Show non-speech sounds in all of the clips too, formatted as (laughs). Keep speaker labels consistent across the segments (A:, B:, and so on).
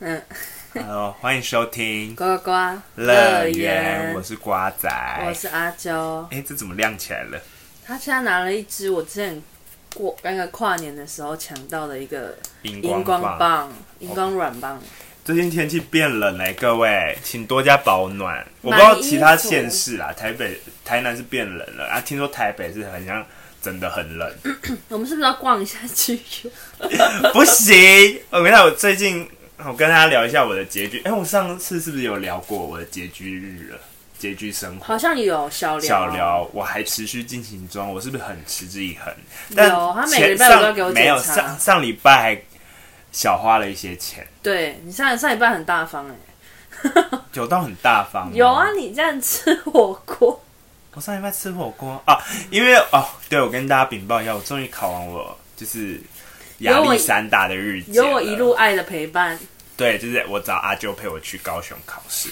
A: 嗯
B: 好， (laughs) 欢迎收听
A: 呱呱呱
B: 乐园，我是瓜仔。
A: 我是阿娇。
B: 哎，这怎么亮起来了？
A: 他现在拿了一支我之前过那个跨年的时候抢到的一个
B: 荧
A: 荧光
B: 棒。
A: 棒、荧光软棒，
B: 最近天气变冷嘞，各位，请多加保暖。我不知道其他县市啦，台北、台南是变冷了啊，听说台北是很像真的很冷。 (laughs)
A: 我们是不是要逛一下剧 (laughs) 院？
B: 不行，我跟你讲，我最近我跟大家聊一下我的结局。哎、我上次是不是有聊过我的结局日了？结局生活。
A: 好像有小聊，啊
B: 小聊，我还持续进行中，我是不是很持之以恒？
A: 有他每个
B: 前
A: 礼拜
B: 上
A: 都要给我检
B: 没有
A: 查
B: 上上礼拜还小花了一些钱，
A: 对你上上礼拜很大方哎、
B: 嗯有到很大方吗。哦
A: 有啊，你这样吃火
B: (laughs)
A: 锅，
B: 我上礼拜吃火锅啊，因为哦，对我跟大家禀报一下，我终于考完我就是亚
A: 有我
B: 历
A: 一
B: 山大的日子，
A: 有我一路爱的陪伴，
B: 对，就是我找阿啾陪我去高雄考试，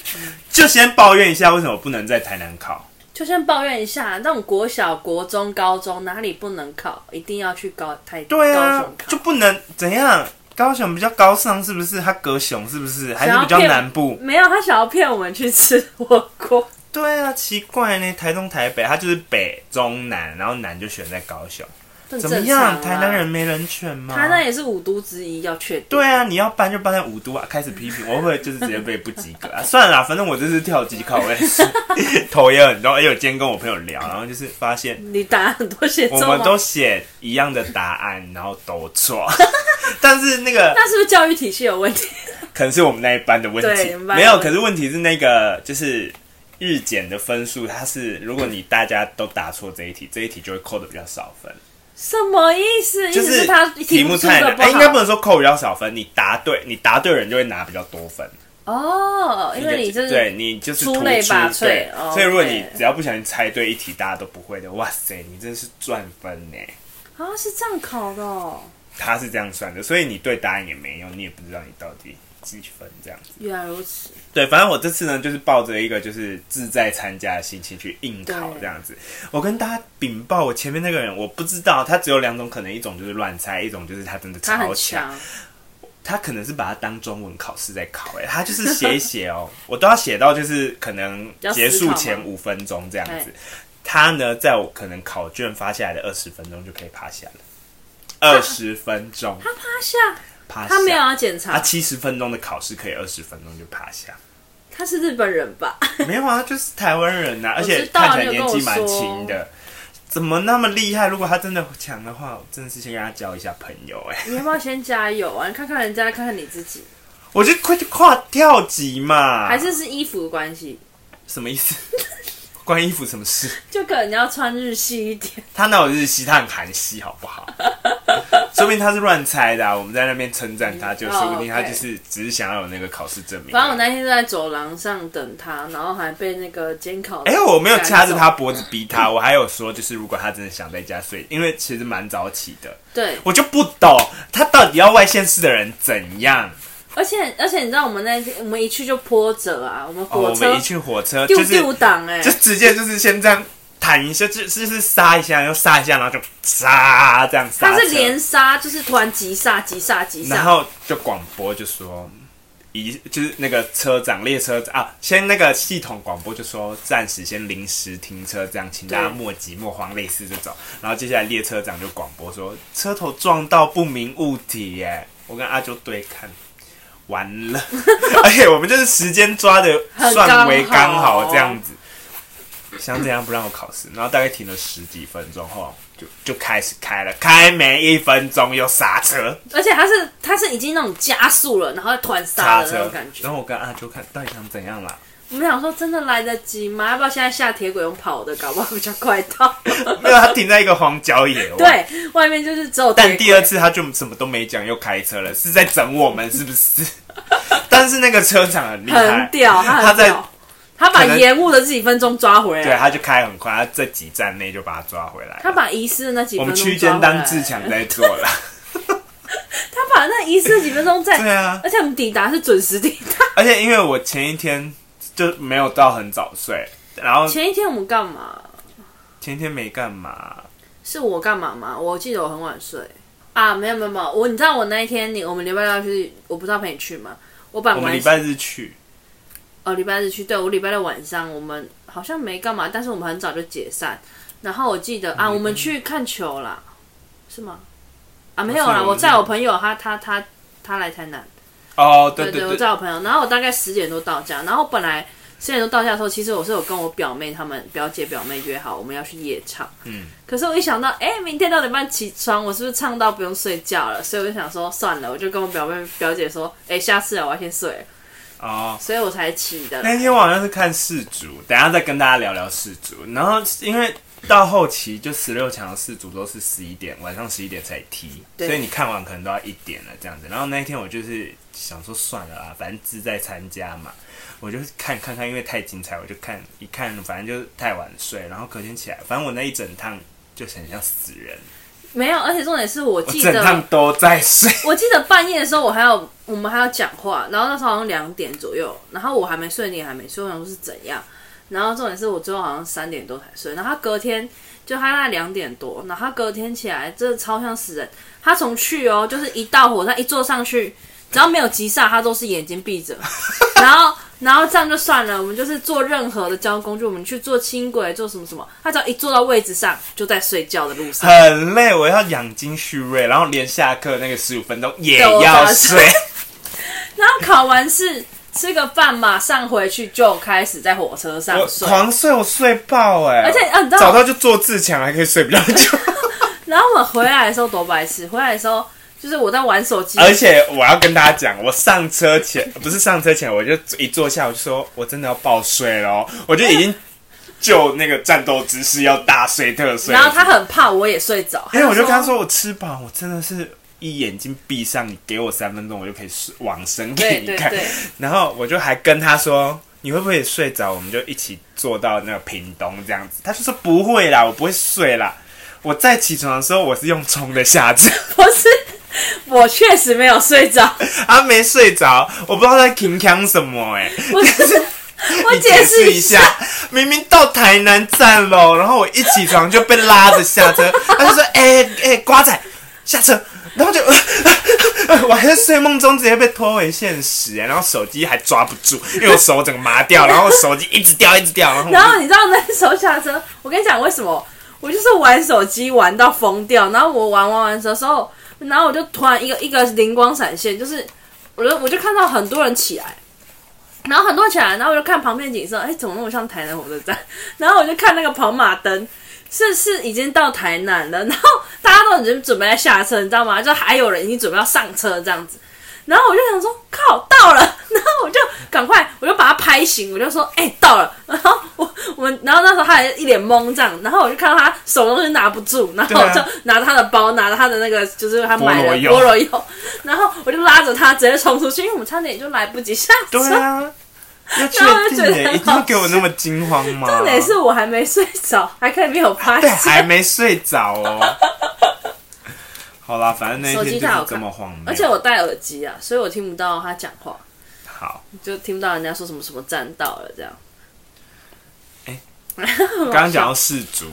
B: 就先抱怨一下为什么不能在台南考。
A: 就先抱怨一下，那种国小、国中、高中哪里不能考，一定要去高台
B: 对啊
A: 高雄，考
B: 就。不能怎样？高雄比较高尚，是不是？它隔雄是不是？还是比较南部？
A: 没有，他想要骗我们去吃火 (laughs) 锅。
B: 对啊，奇怪呢。台中、台北，它就是北中南，然后南就选在高雄，
A: 这很
B: 怎么
A: 正常
B: 样？
A: 啊
B: 台南人没人权吗？
A: 台南也是五都之一，要确定。
B: 对啊，你要搬就搬在五都啊！开始批评，我会不会就是直接被不及格啊？ (laughs) 算了啦，反正我这次跳级考，我也是 (laughs) 头也很痛。因为我今天跟我朋友聊，然后就是发现
A: 你打很多写
B: 我
A: 中啊
B: 们
A: 吗
B: 都写一样的答案，然后都
A: (laughs)
B: 错。但是那个
A: 那是不是教育体系有问题？
B: 可能是我们那一班的问
A: 对
B: 题，
A: 你们班
B: 没有。
A: 的问
B: 可是问题是那个就是日检的分数，它是如果你大家都答错这一题，这一题就会扣的比较少分。
A: 什么意思？
B: 就
A: 意思是他
B: 题目
A: 出
B: 太
A: 的
B: 难，
A: 不
B: 哎、
A: 好。
B: 应该不能说扣比较少分，你答对，你答对人就会拿比较多分。
A: 哦，因为你这
B: 对
A: 是
B: 你就是
A: 出
B: 突
A: 类拔萃
B: 对
A: 哦
B: 所以如果你
A: OK
B: 只要不小心猜对一题，大家都不会的，哇塞，你真是赚分呢。
A: 啊，是这样考的哦。
B: 他是这样算的，所以你对答案也没用，你也不知道你到底几分这样子。
A: 原来如此，
B: 对，反正我这次呢，就是抱着一个就是志在参加的心情去应考这样子。我跟大家禀报，我前面那个人我不知道，他只有两种可能，一种就是乱猜，一种就是他真的
A: 他
B: 超
A: 很
B: 强。
A: 强，
B: 他可能是把它当中文考试在考、哎，他就是写一写哦，我都要写到就是可能
A: 要思考
B: 结
A: 吗
B: 束前五分钟这样子
A: 哎。
B: 他呢，在我可能考卷发下来的二十分钟就可以趴下了，二十分钟
A: 他趴下，
B: 趴下。
A: 他没有要检
B: 他
A: 查，
B: 七十分钟的考试可以二十分钟就趴下，
A: 他是日本人吧？ (laughs)
B: 没有啊，就是台湾人啊呐、而且
A: 知道
B: 看起来
A: 你
B: 年
A: 有跟我
B: 纪蛮
A: 说
B: 轻的，怎么那么厉害？如果他真的强的话，我真的是先跟他交一下朋友哎、
A: 你要不要先加油啊？你看看人家，看看你自己，
B: 我就快就跨跳级嘛，
A: 还是是衣服的关系？
B: 什么意思？ (laughs) 关衣服什么事？
A: 就可能要穿日系一点。
B: 他哪有日系，他很韩系，好不
A: (laughs)
B: 好？说不定他是乱猜的、啊，我们在那边称赞他，就
A: 哦
B: 说不定他
A: OK
B: 就是只是想要有那个考试证明。
A: 反正我那天就在走廊上等他，然后还被那个监考。
B: 哎、我没有掐着他。脖子逼他，我还有说，就是如果他真的想在家睡，因为其实蛮早起的，
A: 对，
B: 我就不懂他到底要外县市的人怎样。
A: 而且而且你知道我们那天我们一去就波折啊，我们
B: 哦，
A: 火
B: 我
A: 车
B: 们一去火车
A: 丢
B: 就是
A: 丢档哎
B: 就，直接就是先这样弹一下，就就是杀一下，又杀一下，然后就杀这样杀。
A: 它是连杀，就是突然急刹急刹急
B: 然
A: 刹，
B: 后就广播就说，一就是那个车长列车长啊，先那个系统广播就说暂时先临时停车，这样请大家
A: 对
B: 莫急莫慌，类似这种。然后接下来列车长就广播说车头撞到不明物体耶，我跟阿啾对看。完了， (laughs) 而且我们就是时间抓的
A: 很刚
B: 算为刚好
A: 好
B: 这样子，想怎样不让我考试，然后大概停了十几分钟后，就就开始开了，开没一分钟又刹车，
A: 而且它是它是已经那种加速了，然后突然刹
B: 刹
A: 的那
B: 车
A: 种感觉
B: 然。后我跟阿秋看到底想怎样啦？
A: 我们想说真的来得及吗？要不要现在下铁轨用跑的，搞不好比较快到。
B: 没有，他停在一个荒郊野外。。
A: 对，外面就是只有铁轨
B: 但第二次他就什么都没讲，又开车了，是在整我们是不是？ (laughs) 但是那个车长很厉害
A: 很，屌，他
B: 他
A: 很
B: 在
A: 屌，他把
B: 可能
A: 延误的这几分钟抓回来。
B: 对，他就开很快，他这几站内就把他抓回来
A: 他
B: 了。
A: 把遗失的那几
B: 我
A: 分
B: 们
A: 钟
B: 区
A: 抓
B: 间
A: 回
B: 当
A: 来
B: 自强在做了，
A: (laughs) 他把那遗失的几分钟
B: (laughs)
A: 在，
B: 对啊，
A: 而且我们抵达是准时抵达。
B: 而且因为我前一天就没有到很早睡，然后
A: 前一天我们干嘛？
B: 前一天没干嘛，
A: 是我干嘛吗？我记得我很晚睡啊，没有没有没有，我你知道我那一天你我们礼拜六要去，我不是要陪你去吗？我本来
B: 我们礼拜日去，
A: 哦，礼拜日去，对我礼拜六晚上我们好像没干嘛，但是我们很早就解散。然后我记得
B: 嗯
A: 啊，我们去看球啦，是吗？啊，没有
B: 好
A: 啦，
B: 像
A: 我载我朋友，他他他他来台南，
B: 哦，对
A: 对
B: 对
A: 我载我朋友。然后我大概十点多到家，然后本来十点多到家的时候，其实我是有跟我表妹他们表姐表妹约好我们要去夜唱，
B: 嗯，
A: 可是我一想到，哎、明天六点半起床，我是不是唱到不用睡觉了？所以我就想说，算了，我就跟我表妹表姐说，哎、下次啊，我要先睡了，
B: 哦。
A: 所以我才起的啦。
B: 那天我好像是看世足，等一下再跟大家聊聊世足。然后因为到后期就十六强的世足都是十一点，晚上十一点才踢，
A: 对
B: 所以你看完可能都要一点了这样子。然后那一天我就是想说算了啦，反正志在参加嘛，我就看看看，因为太精彩，我就看一看，反正就太晚睡，然后隔天起来，反正我那一整趟就是很像死人，
A: 没有，而且重点是我
B: 我
A: 记
B: 哦整
A: 得，
B: 趟都在睡。
A: 我记得半夜的时候，我还有我们还要讲话，然后那时候好像两点左右，然后我还没睡，你也还没睡，我想说是怎样。然后重点是我最后好像三点多才睡，然后他隔天就他那两点多，然后他隔天起来真的超像死人。他从去哦，就是一到火车一坐上去，只要没有急刹，他都是眼睛闭着。 (laughs) 然后然后这样就算了，我们就是坐任何的交通工具，我们去坐轻轨，坐什么什么，他只要一坐到位置上就在睡觉的路上。
B: 很累，我要养精蓄锐，然后连下课那个十五分钟也
A: 对我
B: 要
A: 早上
B: 睡。
A: 然后考完试吃个饭，马上回去就开始在火车上
B: 我
A: 睡。
B: 狂睡，我睡爆哎、
A: 而且啊你知道
B: 早到就做自强，还可以睡比较
A: (laughs)
B: 久。
A: 然后我回来的时候多白痴，回来的时候就是我在玩手机，
B: 而且我要跟大家讲，我上车前不是上车前，我就一坐下我就说，我真的要爆睡咯，我就已经就那个战斗姿势要大睡特睡了。
A: 然后他很怕我也睡着，
B: 因为哎我就跟他
A: 说，
B: 说，我吃饱，我真的是一眼睛闭上，你给我三分钟，我就可以睡往生
A: 对
B: 给你
A: 对
B: 看。
A: 对
B: 然后我就还跟他说，你会不会也睡着？我们就一起坐到那个屏东这样子。他就说不会啦，我不会睡啦。我在起床的时候，我是用冲的下车，
A: (laughs) 不是，我确实没有睡
B: (laughs)
A: 着，
B: 他没睡着，我不知道在平腔什么哎、
A: 不是，我
B: 你解
A: 释
B: 释一下，明明到台南站喽，然后我一起床就被拉着下车，他就说：“哎、哎、瓜仔，下车。”然后就， (laughs) 我还在睡梦中直接被拖回现实，然后手机还抓不住，因为我手整个麻掉，然后手机一直掉，一直掉，然后我就
A: 然后你知道那时候下车，我跟你讲为什么？我就是玩手机玩到疯掉，然后我玩玩玩的时候，然后我就突然一个一个灵光闪现，就是我就我就看到很多人起来，然后很多人起来，然后我就看旁边景色，哎，怎么那么像台南火车站？ (laughs) 然后我就看那个跑马灯。是是已经到台南了，然后大家都已经准备要下车，你知道吗？就还有人已经准备要上车这样子，然后我就想说，靠，到了，然后我就赶快，我就把他拍醒，我就说，哎、到了。然后我我们，然后那时候他还一脸懵这样，然后我就看到他手东西拿不住，然后
B: 对
A: 我
B: 啊
A: 就 (laughs) 拿着他的包，拿着他的那个就是他买的
B: 菠萝油
A: 菠萝油，然后我就拉着他直接冲出去，因为我们差点就来不及下车。
B: 对啊，要确
A: 然后就
B: 定
A: 觉得
B: 耶，
A: 很
B: 一定要
A: 好
B: 给我那么惊慌吗？
A: 重点是我还没睡着，还可以没有发
B: 啊对，
A: 现。
B: 还没睡着哦。好啦，反正那
A: 手
B: 一
A: 机
B: 天就
A: 太好
B: 是
A: 看
B: 这么荒谬。
A: 而且我戴耳机啊，所以我听不到他讲话，
B: 好，
A: 就听不到人家说什么什么站到了这样。
B: 哎
A: 很好
B: 刚
A: 笑，
B: 刚讲到氏族，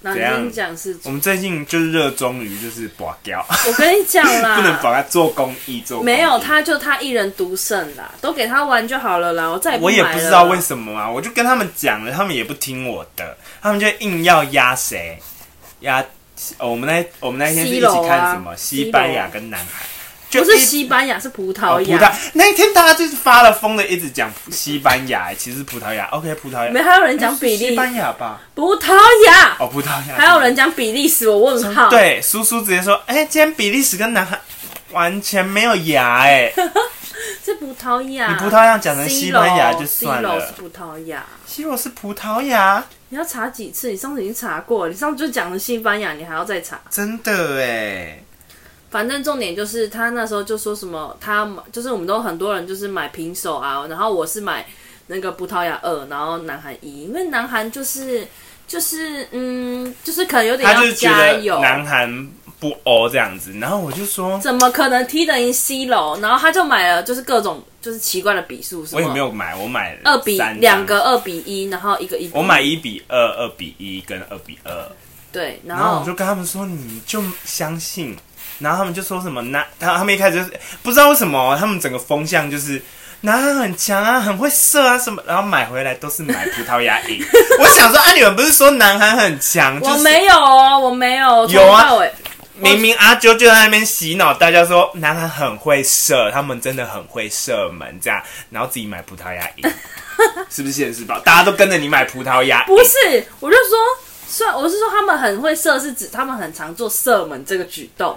A: 然后
B: 怎样
A: 你跟你讲是
B: 我们最近就是热衷于就是拔掉，
A: (laughs) 我跟你讲啦，
B: (laughs) 不能把它做公益做公益。
A: 没有，他就他一人独胜啦，都给他玩就好了啦，我再也
B: 我也
A: 买
B: 不
A: 了
B: 知
A: 啦。
B: 道为什么啊，我就跟他们讲了，他们也不听我的，他们就硬要压谁，压、哦我们那我们那一天是一
A: C
B: 起
A: 罗啊
B: 看什么西班牙
A: C 罗
B: 跟南韩，
A: 不
B: 就是一
A: 西班牙是葡萄
B: 哦，葡
A: 牙，
B: 萄那一天大家就是发了疯的，一直讲西班牙，其实是葡萄牙。OK，葡萄牙
A: 没还有人讲
B: 是
A: 比
B: 西
A: 利，
B: 班牙吧？
A: 葡萄牙，
B: 哦，葡萄牙。
A: 还有人讲比利时，我问号。，
B: 对叔叔直接说：“哎、今天比利时跟南韩完全没有牙哎、
A: 是葡萄牙。
B: 你葡萄牙讲成西班牙就算
A: C 罗是
B: 了。
A: 葡萄牙，
B: 西罗是葡萄牙，
A: 你要查几次？你上次已经查过，你上次就讲了西班牙，你还要再查。
B: 真的哎、
A: 反正重点就是他那时候就说什么，他就是我们都很多人就是买平手啊，然后我是买那个葡萄牙二，然后南韩一，因为南韩就是就是嗯，就是可能有点
B: 他就
A: 要
B: 是觉
A: 加
B: 得
A: 油。
B: 南韩不欧这样子。然后我就说，
A: 怎么可能踢得赢 C 罗？然后他就买了，就是各种就是奇怪的比数，什
B: 我也没
A: 么
B: 有买，我买
A: 二比
B: 三张
A: 两，个二比一，然后一个一比一
B: 我买一比二、二比一跟二比
A: 哦
B: 二。
A: 对，
B: 然
A: 然
B: 后
A: 后
B: 我就跟他们说，你就相信。然后他们就说什么那他他们一开始就是不知道为什么他们整个风向就是男人很强啊，很会射啊什么，然后买回来都是买葡萄牙饮。 (laughs) 我想说，啊，你们不是说男孩很强？就
A: 我
B: 是
A: 没有哦，我没有，
B: 有啊
A: 从头到尾
B: 明明阿啾就在那边洗脑大家说，男孩很会射，他们真的很会射门这样，然后自己买葡萄牙
A: (laughs)
B: 饮，是不是现实吧？大家都跟着你买葡萄牙饮，
A: 不是，我就说，虽然我是说他们很会射，是指他们很常做射门这个举动。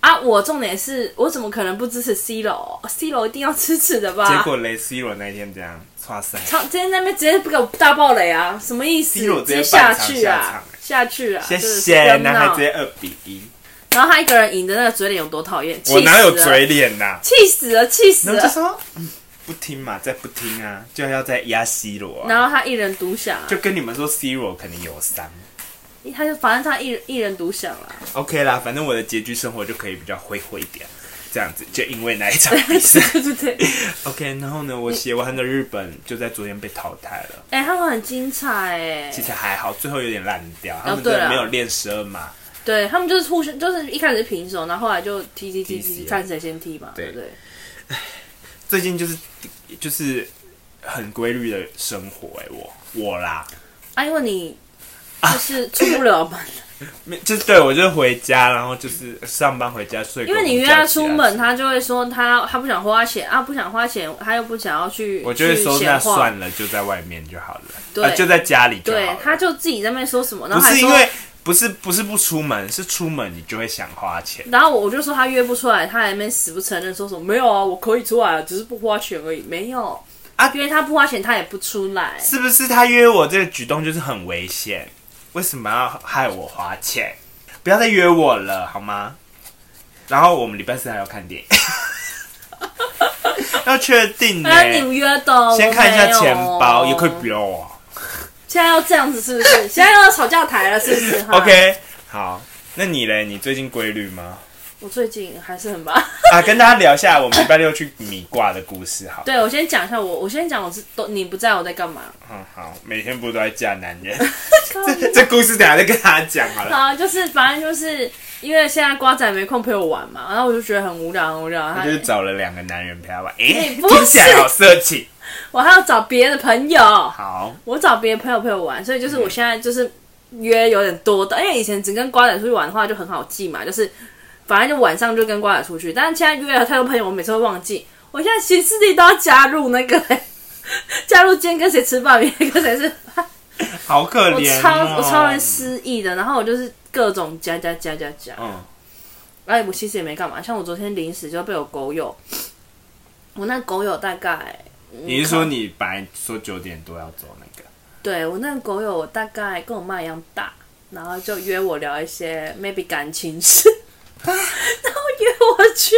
A: 啊，我重点是我怎么可能不支持 C 罗？C 罗一定要支持的吧？
B: 结果雷 C 罗那天这样，哇塞，
A: 啊超今天那边直接不给我大爆雷啊，什么意思？
B: C 罗直
A: 直
B: 接
A: 接
B: 半场
A: 去
B: 下场
A: 啊，下去啊！
B: 谢
A: 真的是
B: 谢，
A: 不要
B: 男孩
A: 闹
B: 直接二比一，
A: 然后他一个人赢的那个嘴脸有多讨厌？
B: 我哪有
A: 气死了
B: 嘴？脸呐、
A: 气死了，气死
B: 然后就
A: 了！
B: 说、嗯不听嘛，再不听啊，就要再压 C 罗、啊。
A: 然后他一人独享、啊
B: 就，跟你们说 C 罗可能有伤
A: 他就反正他一人一人独享了、
B: (laughs) ，OK 啦，反正我的结局生活就可以比较挥霍一点，这样子就因为那一场比赛
A: (laughs) 对对对，
B: (laughs) ，OK。然后呢，我写完的日本就在昨天被淘汰了，
A: 哎、他们很精彩哎、
B: 其实还好，最后有点烂掉，他们
A: 对
B: 真
A: 啊
B: 的没有练十二码，
A: 对他们就是互相，就是一开始是平手，然后后来就踢踢
B: 踢
A: 踢踢
B: 死
A: 踢，
B: 了
A: 看谁先踢嘛，
B: 对
A: 对不对？
B: 最近就是就是很规律的生活、哎，我我啦，
A: 啊，因为你
B: 啊
A: 就是出不了
B: (laughs)
A: 门，
B: 没就是对我就是回家，然后就是上班回家睡个午觉起
A: 因为
B: 来，
A: 你约他出门，他就会说他他不想花钱啊，不想花钱，他又不想要去，
B: 我就会说
A: 去
B: 那
A: 闲晃
B: 算了，就在外面就好了，
A: 对
B: 呃就在家里就好
A: 对
B: 了，。
A: 他就自己在那边说什么，然
B: 不
A: 后还
B: 是因
A: 说，
B: 为不是不是不出门，是出门你就会想花钱。
A: 然后我就说他约不出来，他还没死不承认，说什么没有啊，我可以出来啊，只是不花钱而已，没有
B: 啊
A: 因为他不花钱，他也不出来，
B: 是不是他约我这个举动就是很危险？为什么要害我花钱？不要再约我了好吗？然后我们礼拜四还要看电影， (laughs) 要确定呢、
A: 那你约的哦，
B: 先
A: 我
B: 看一下
A: 没有
B: 钱包，
A: 哦
B: 也可以不要哦。
A: 现在要这样子是不是？ (laughs) 现在要吵架台了是不是
B: OK，好，那你嘞？你最近规律吗？
A: 我最近还是很忙。 (laughs)
B: 啊，跟大家聊一下我们礼拜六去米挂的故事好了。
A: 对，我先讲一下我，我先讲我是都你不在我在干嘛。 (laughs)
B: 嗯，好，每天不都在嫁男人？ (laughs) 这这故事等一下再跟大家讲好了。
A: 然后就是反正就是因为现在瓜仔没空陪我玩嘛，然后我就觉得很无聊很无聊，
B: 他
A: 他
B: 就是找了两个男人陪他玩，诶，
A: 哎不是
B: 听起来好色情。
A: 我还要找别的朋友，
B: 好，
A: 我找别的朋友陪我玩，所以就是我现在就是约有点多的，因为以前只跟瓜仔出去玩的话就很好记嘛，就是反正就晚上就跟瓜仔出去，但是现在约了太多朋友，我每次会忘记。我现在行事历都要加入那个、 (laughs) 加入今天跟谁吃饭，明天跟谁吃饭。
B: 好可
A: 我
B: 怜、哦，
A: 超我超人失忆的，然后我就是各种加加加加加，
B: 嗯，
A: 哎，我其实也没干嘛，像我昨天临时就被我狗友，我那狗友大概，
B: 你是说你本来说九点多要走那个？
A: 对我那狗友我大概跟我妈一样大，然后就约我聊一些 maybe 感情事，
B: 啊
A: 然后约我去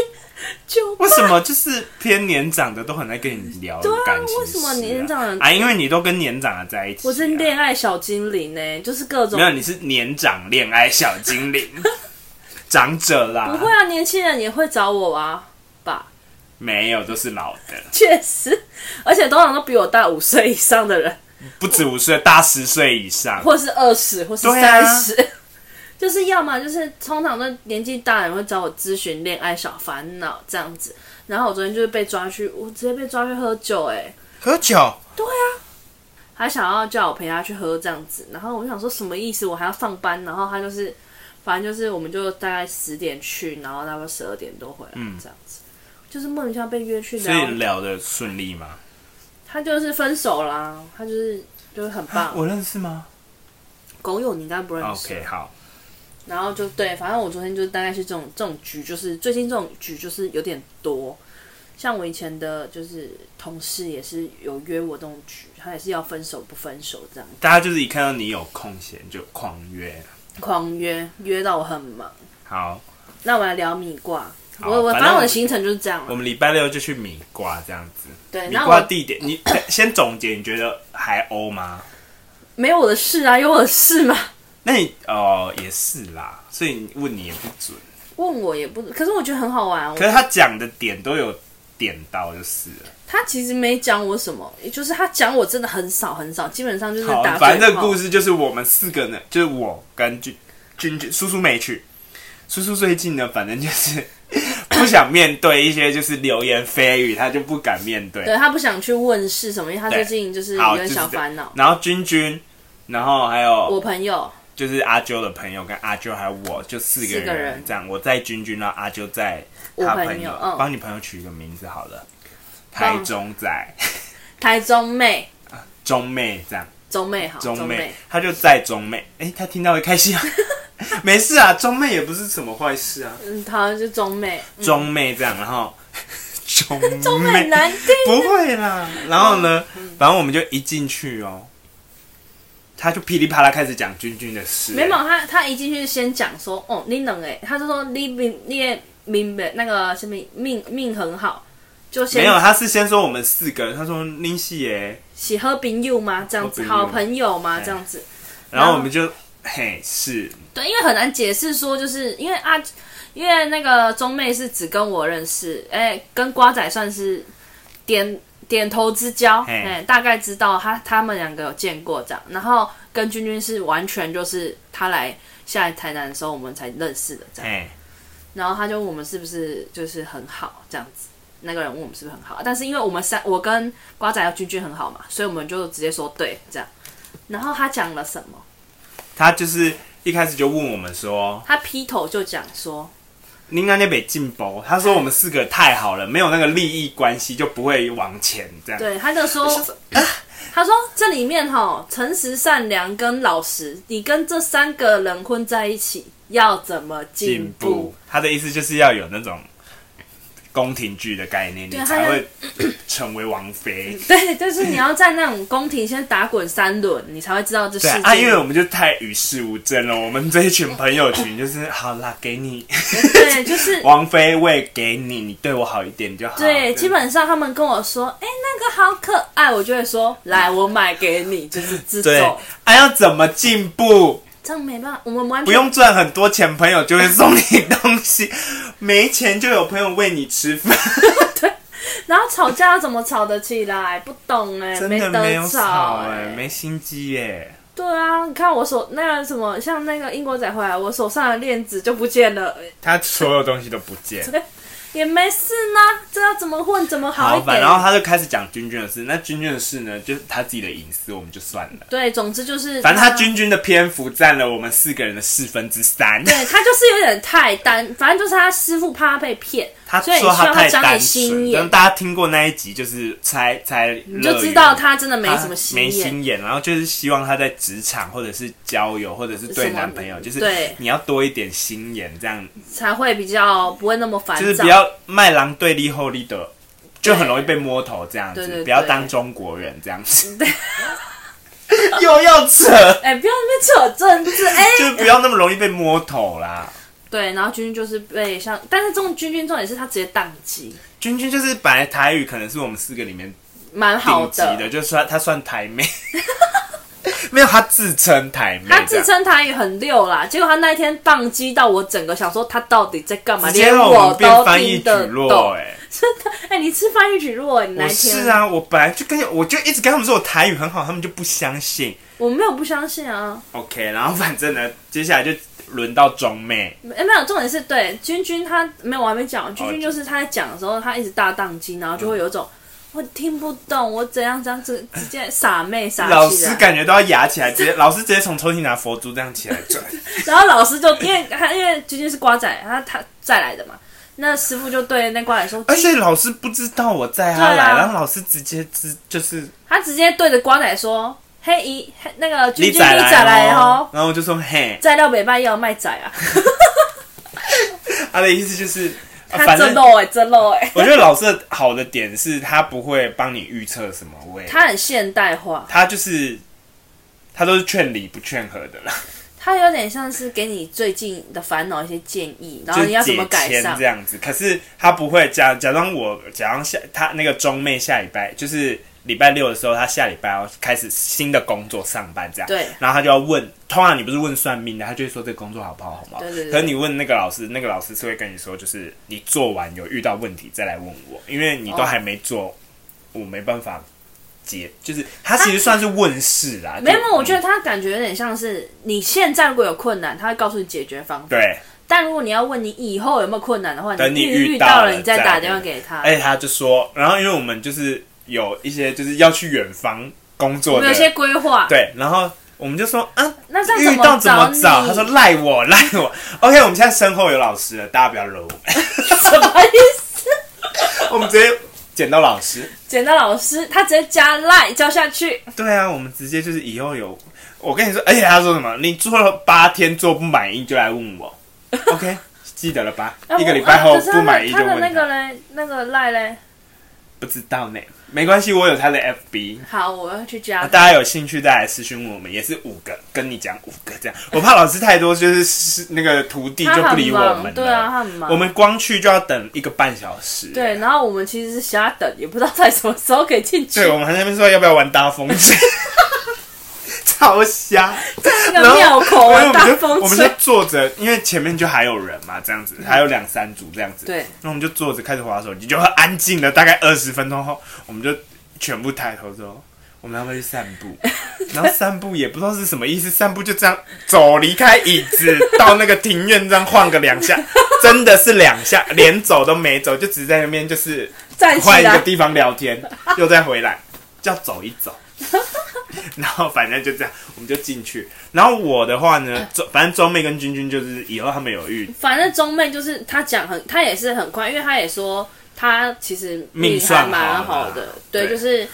A: 酒吧
B: 为，什么就是偏年长的都很爱跟你聊
A: 对啊
B: 感情、事啊？
A: 为什么年长人
B: 啊？因为你都跟年长的在一起啊、
A: 我是恋爱小精灵呢、就是各种
B: 没有，你是年长恋爱小精
A: (laughs)
B: 灵，长者啦，
A: 不会啊，年轻人也会找我啊，吧。
B: 没有，都是老的，
A: 确实，而且通常都比我大五岁以上的人，
B: 不止五岁，大十岁以上。
A: 或是二十，或是
B: 对啊
A: 三十、就是要么就是通常都年纪大的人会找我咨询恋爱小烦恼这样子。然后我昨天就是被抓去，我直接被抓去喝酒、哎，
B: 喝酒，
A: 还想要叫我陪他去喝这样子。然后我就想说什么意思？我还要上班。然后他就是，反正就是我们就大概十点去，然后大概十二点多回来这样子。就是莫名其妙被约去
B: 嗯所以
A: 聊，
B: 聊的顺利吗？
A: 他就是分手啦，他就是就是很棒。
B: 啊我认识吗
A: 狗友你应该不认识。
B: ？OK，好，
A: 然后就对，反正我昨天就大概是这种这种局，就是最近这种局就是有点多。像我以前的，就是同事也是有约我这种局，他也是要分手不分手这样，
B: 大家就是一看到你有空闲就狂约。
A: 狂约约到我很忙。
B: 好，
A: 那我们来聊米卦，
B: 好
A: 我我
B: 反正
A: 反正我的
B: 我
A: 行程就是这样
B: 我
A: 了。
B: 们礼拜六就去米瓜这样子。
A: 对，
B: 米
A: 那
B: 瓜
A: 我
B: 地点，你 (coughs) 先总结，你觉得还欧吗？
A: 没有我的事啊，有我的事嘛。
B: 那你哦也是啦，所以问你也不准。
A: 嗯问我也不，可是我觉得很好玩。我
B: 可是他讲的点都有点到就是了。
A: 他其实没讲我什么，也就是他讲我真的很少很少，基本上就是
B: 好
A: 打，
B: 反正这个
A: 嘴炮
B: 故事就是我们四个呢，就是我跟君君君叔叔没去，叔叔最近呢，反正就是 (coughs) 不不想面对一些就是流言蜚语，他就不敢面对。
A: 对他不想去问是什么，因为他
B: 对
A: 最近就是
B: 好，就
A: 有点
B: 是
A: 小
B: 这样
A: 烦恼。
B: 然后君君，然后还有
A: 我朋友
B: 就是阿啾的朋友跟阿啾还有我，就四个
A: 四个人
B: 这样。我在君君，然后阿啾在
A: 我
B: 他
A: 朋
B: 朋
A: 友嗯
B: 帮你朋友取一个名字好了，
A: 棒
B: 台中仔、
A: 台中妹，
B: 中妹这样。
A: 中妹好，
B: 中
A: 中
B: 妹，他就在中妹。哎、他听到会开心啊， (laughs) 没事啊，中妹也不是什么坏事啊，
A: 嗯，好像就中妹，嗯
B: 中妹这样，然
A: (laughs)
B: 后中妹
A: 中妹嗯很难听，
B: 不会啦。然后呢，反正我们就一进去哦，他就噼里啪啦开始讲君君的事、
A: 没有他他一进去就先讲说，哦，你能哎，他就说你明你也明白那个什么命命很好，就
B: 没有，啊
A: 先
B: 他是先说我们四个人，他说林夕耶，
A: 喜喝冰柚吗？这样子，
B: 好朋友
A: 好朋友吗？
B: 哎
A: 这样子，
B: 然后我们就嘿是
A: 对，因为很难解释说，就是因为啊，因为那个中妹是只跟我认识，哎、跟瓜仔算是点点头之交，
B: 嘿
A: 哎、大概知道他他们两个有见过这样，然后跟君君是完全就是他来下来台南的时候我们才认识的这样，
B: 嘿
A: 然后他就问我们是不是就是很好这样子。那个人问我们是不是很好，但是因为我们三，我跟瓜仔和君君很好嘛，所以我们就直接说对这样。然后他讲了什么？
B: 他就是一开始就问我们说，
A: 他劈头就讲说，
B: 您安那北进步，他说我们四个太好了，没有那个利益关系就不会往前这样。
A: 对，他
B: (laughs)
A: 就说，他说这里面哈，诚实、善良跟老实，你跟这三个人混在一起，要怎么进
B: 进
A: 步
B: 步？。他的意思就是要有那种宫廷剧的概念，你
A: 对
B: 才
A: 他要嗯
B: 会 (coughs) 成为王妃。
A: 对，就是你要在那种宫廷先打滚三轮，你才会知道这世
B: 对
A: 界。
B: 啊，因为我们就太与世无争了。我们这一群朋友群就是好啦，给你 (laughs)
A: 对，就是
B: 王妃位给你，你对我好一点就好。嗯
A: 对，基本上他们跟我说，哎、那个好可爱，我就会说，来，我买给你，就是这
B: 对
A: 种。
B: 啊，要怎么进步？
A: 这样没办法，我们完全
B: 不用赚很多钱，朋友就会送你东西；没钱就有朋友喂你吃
A: (laughs)
B: 饭。
A: 然后吵架要怎么吵得起来？不懂哎、
B: 真
A: 没
B: 的没有
A: 得
B: 吵哎、
A: 哎、
B: 没心机哎、
A: 对啊，你看我手那个什么，像那个英国仔回来，我手上的链子就不见了，哎
B: 他所有东西都不见。
A: 也没事呢。这要怎么混怎么好一
B: 反
A: 点？
B: 然后他就开始讲君君的事。那君君的事呢，就是他自己的隐私，我们就算了。
A: 对，总之就是，
B: 反正他君君的篇幅占了我们四个人的四分之三。
A: 对他就是有点太单，反正就是他师傅怕他被骗，
B: 他
A: 所以你需
B: 说
A: 要
B: 太
A: 长点
B: 单
A: 心
B: 纯，让
A: 眼，
B: 大家听过那一集，就是猜猜
A: 你
B: 你
A: 就知道他真的没什么心
B: 没
A: 眼。
B: 心眼，然后就是希望他在职场或者是交友或者是对
A: 什么
B: 男朋友，就是
A: 对
B: 你要多一点心眼，这样
A: 才会比较不会那么烦躁。
B: 就是不要卖狼对立后立的，就很容易被摸头这样
A: 对对
B: 子，
A: 对嗯
B: 不要当中国人这样子。 (laughs) 又要扯，
A: 哎、不要那边扯政治哎。
B: 就是不要那么容易被摸头啦。
A: 对，然后君君就是被像，但是这种君君重点是他直接宕机，
B: 君君就是本来台语可能是我们四个里面
A: 蛮好
B: 顶级的，就算他算台妹， (laughs) 没有他自称台妹这
A: 他
B: 样，
A: 自称台语很溜啦，结果他那一天宕机到我整个想说他到底在干嘛，
B: 直接
A: 连
B: 让
A: 我
B: 们变
A: 都
B: 翻译
A: 听
B: 举
A: 得
B: 落
A: 懂。 (laughs)
B: 哎、
A: 哎、你吃翻译举落，你那
B: 我
A: 一天
B: 是，啊，我本来就跟我就一直跟他们说我台语很好，他们就不相信。
A: 我没有不相信啊，
B: OK，然后反正呢，接下来就轮到中妹，
A: 哎、没有，重点是对君君他没有，我还没讲，君君
B: 哦嗯
A: 就是他在讲的时候，他一直大宕机，然后就会有一种。我听不懂，我怎样怎样直直接傻妹傻
B: 老
A: 起
B: 师
A: 来，
B: 感觉都要压起来，直
A: (laughs)
B: 接老师直接从抽屉拿佛珠这样起来转。
A: 然后老师就因为他因为君君是瓜仔，他他再来的嘛，那师傅就对那瓜仔说，
B: 而且老师不知道我载他
A: 对
B: 来，
A: 啊
B: 然后老师直接知就是
A: 他直接对着瓜仔说：“嘿姨，嘿那个君
B: 你
A: 君你
B: 载
A: 再来
B: 哦
A: 哦，，
B: 然后我就说嘿，
A: 在料北拜要卖仔啊，
B: 他的意思
A: (laughs)
B: 就是，啊
A: 他
B: 反
A: 真
B: 正
A: 漏哎，真漏哎，
B: 我觉得老师的好的点是他不会帮你预测什么位，
A: 他很现代化，
B: 他就是他都是劝离不劝和的啦，
A: 他有点像是给你最近的烦恼一些建议，然后
B: 就
A: 你要怎
B: 解
A: 么改
B: 签
A: 善
B: 这。样子。可是他不会假假装我假装下他那个中妹下礼拜就是礼拜六的时候，他下礼拜要开始新的工作上班这样。
A: 对
B: 然后他就要问，通常你不是问算命的，他就会说这个工作好不好，好不好？
A: 对对对
B: 可是你问那个老师，那个老师是会跟你说，就是你做完有遇到问题再来问我，因为你都
A: 哦
B: 还没做，我没办法解。就是他其实算是问世啦。
A: 没有
B: 就，
A: 我觉得他感觉有点像是你现在如果有困难，他会告诉你解决方法。
B: 对。
A: 但如果你要问你以后有没有困难的话，
B: 等你
A: 遇
B: 遇到
A: 了，
B: 了
A: 你再
B: 再哎
A: 打电话给他。
B: 而且他就说，然后因为我们就是有一些就是要去远方工
A: 我
B: 作
A: 们
B: 的
A: 有，些规划，
B: 对，然后我们就说啊，
A: 那这样
B: 遇到怎
A: 找
B: 么
A: 你？
B: 找？他说赖我赖我。OK，我们现在身后有老师了，大家不要惹我， (laughs)
A: 什么意思？
B: 我们直接捡到老师。
A: 简单老师，他直接加赖交下去，
B: 对啊，我们直接就是以后有，我跟你说，而且他说什么，你做了八天做不满意就来问我，OK，记得了吧？一个礼拜后
A: (laughs) 啊可是
B: 不
A: 他的
B: 满意就
A: 他的那
B: 问
A: 个嘞，那个赖嘞，
B: 不知道呢，没关系，我有他的 FB，
A: 好，我要去加。
B: 啊大家有兴趣再来私讯我们，也是五个，跟你讲五个
A: (laughs)
B: 这样，我怕老师太多，就是是那个徒弟
A: 他
B: 就不
A: 很
B: 理我
A: 忙，
B: 们了，
A: 对啊，他很忙。
B: 我们光去就要等一个半小时，
A: 对，然后我们其实是瞎等，也不知道在什么时候可以进去
B: 对，。我们还在那边说要不要玩大风筝， (laughs) 超瞎。
A: 那个庙
B: 因
A: 口
B: 为
A: 啊，
B: 我
A: 大
B: 们就
A: 风
B: 我们就
A: 吹。嗯
B: 坐着，因为前面就还有人嘛，这样子还有两三组这样子，
A: 对，
B: 那我们就坐着开始划手机，就很安静了。大概二十分钟后，我们就全部抬头之后，我们要不要去散
A: (laughs)
B: 步？然后散步也不知道是什么意思，散步就这样走离开椅子到那个庭院这样晃个两下，真的是两下，连走都没走，就只在那边就是
A: 站起
B: 换一个
A: 来，
B: 地方聊天，又再回来，就要走一
A: (laughs)
B: 走。然后反正就这样，我们就进去。然后我的话
A: 嗯
B: 呢，周反正周妹跟君君就是以后他们有遇
A: 反正中妹就是她讲很，她也是很快，因为她也说她其实
B: 命
A: 还
B: 算好
A: 蛮
B: 啦
A: 好的，对，
B: 对
A: 就是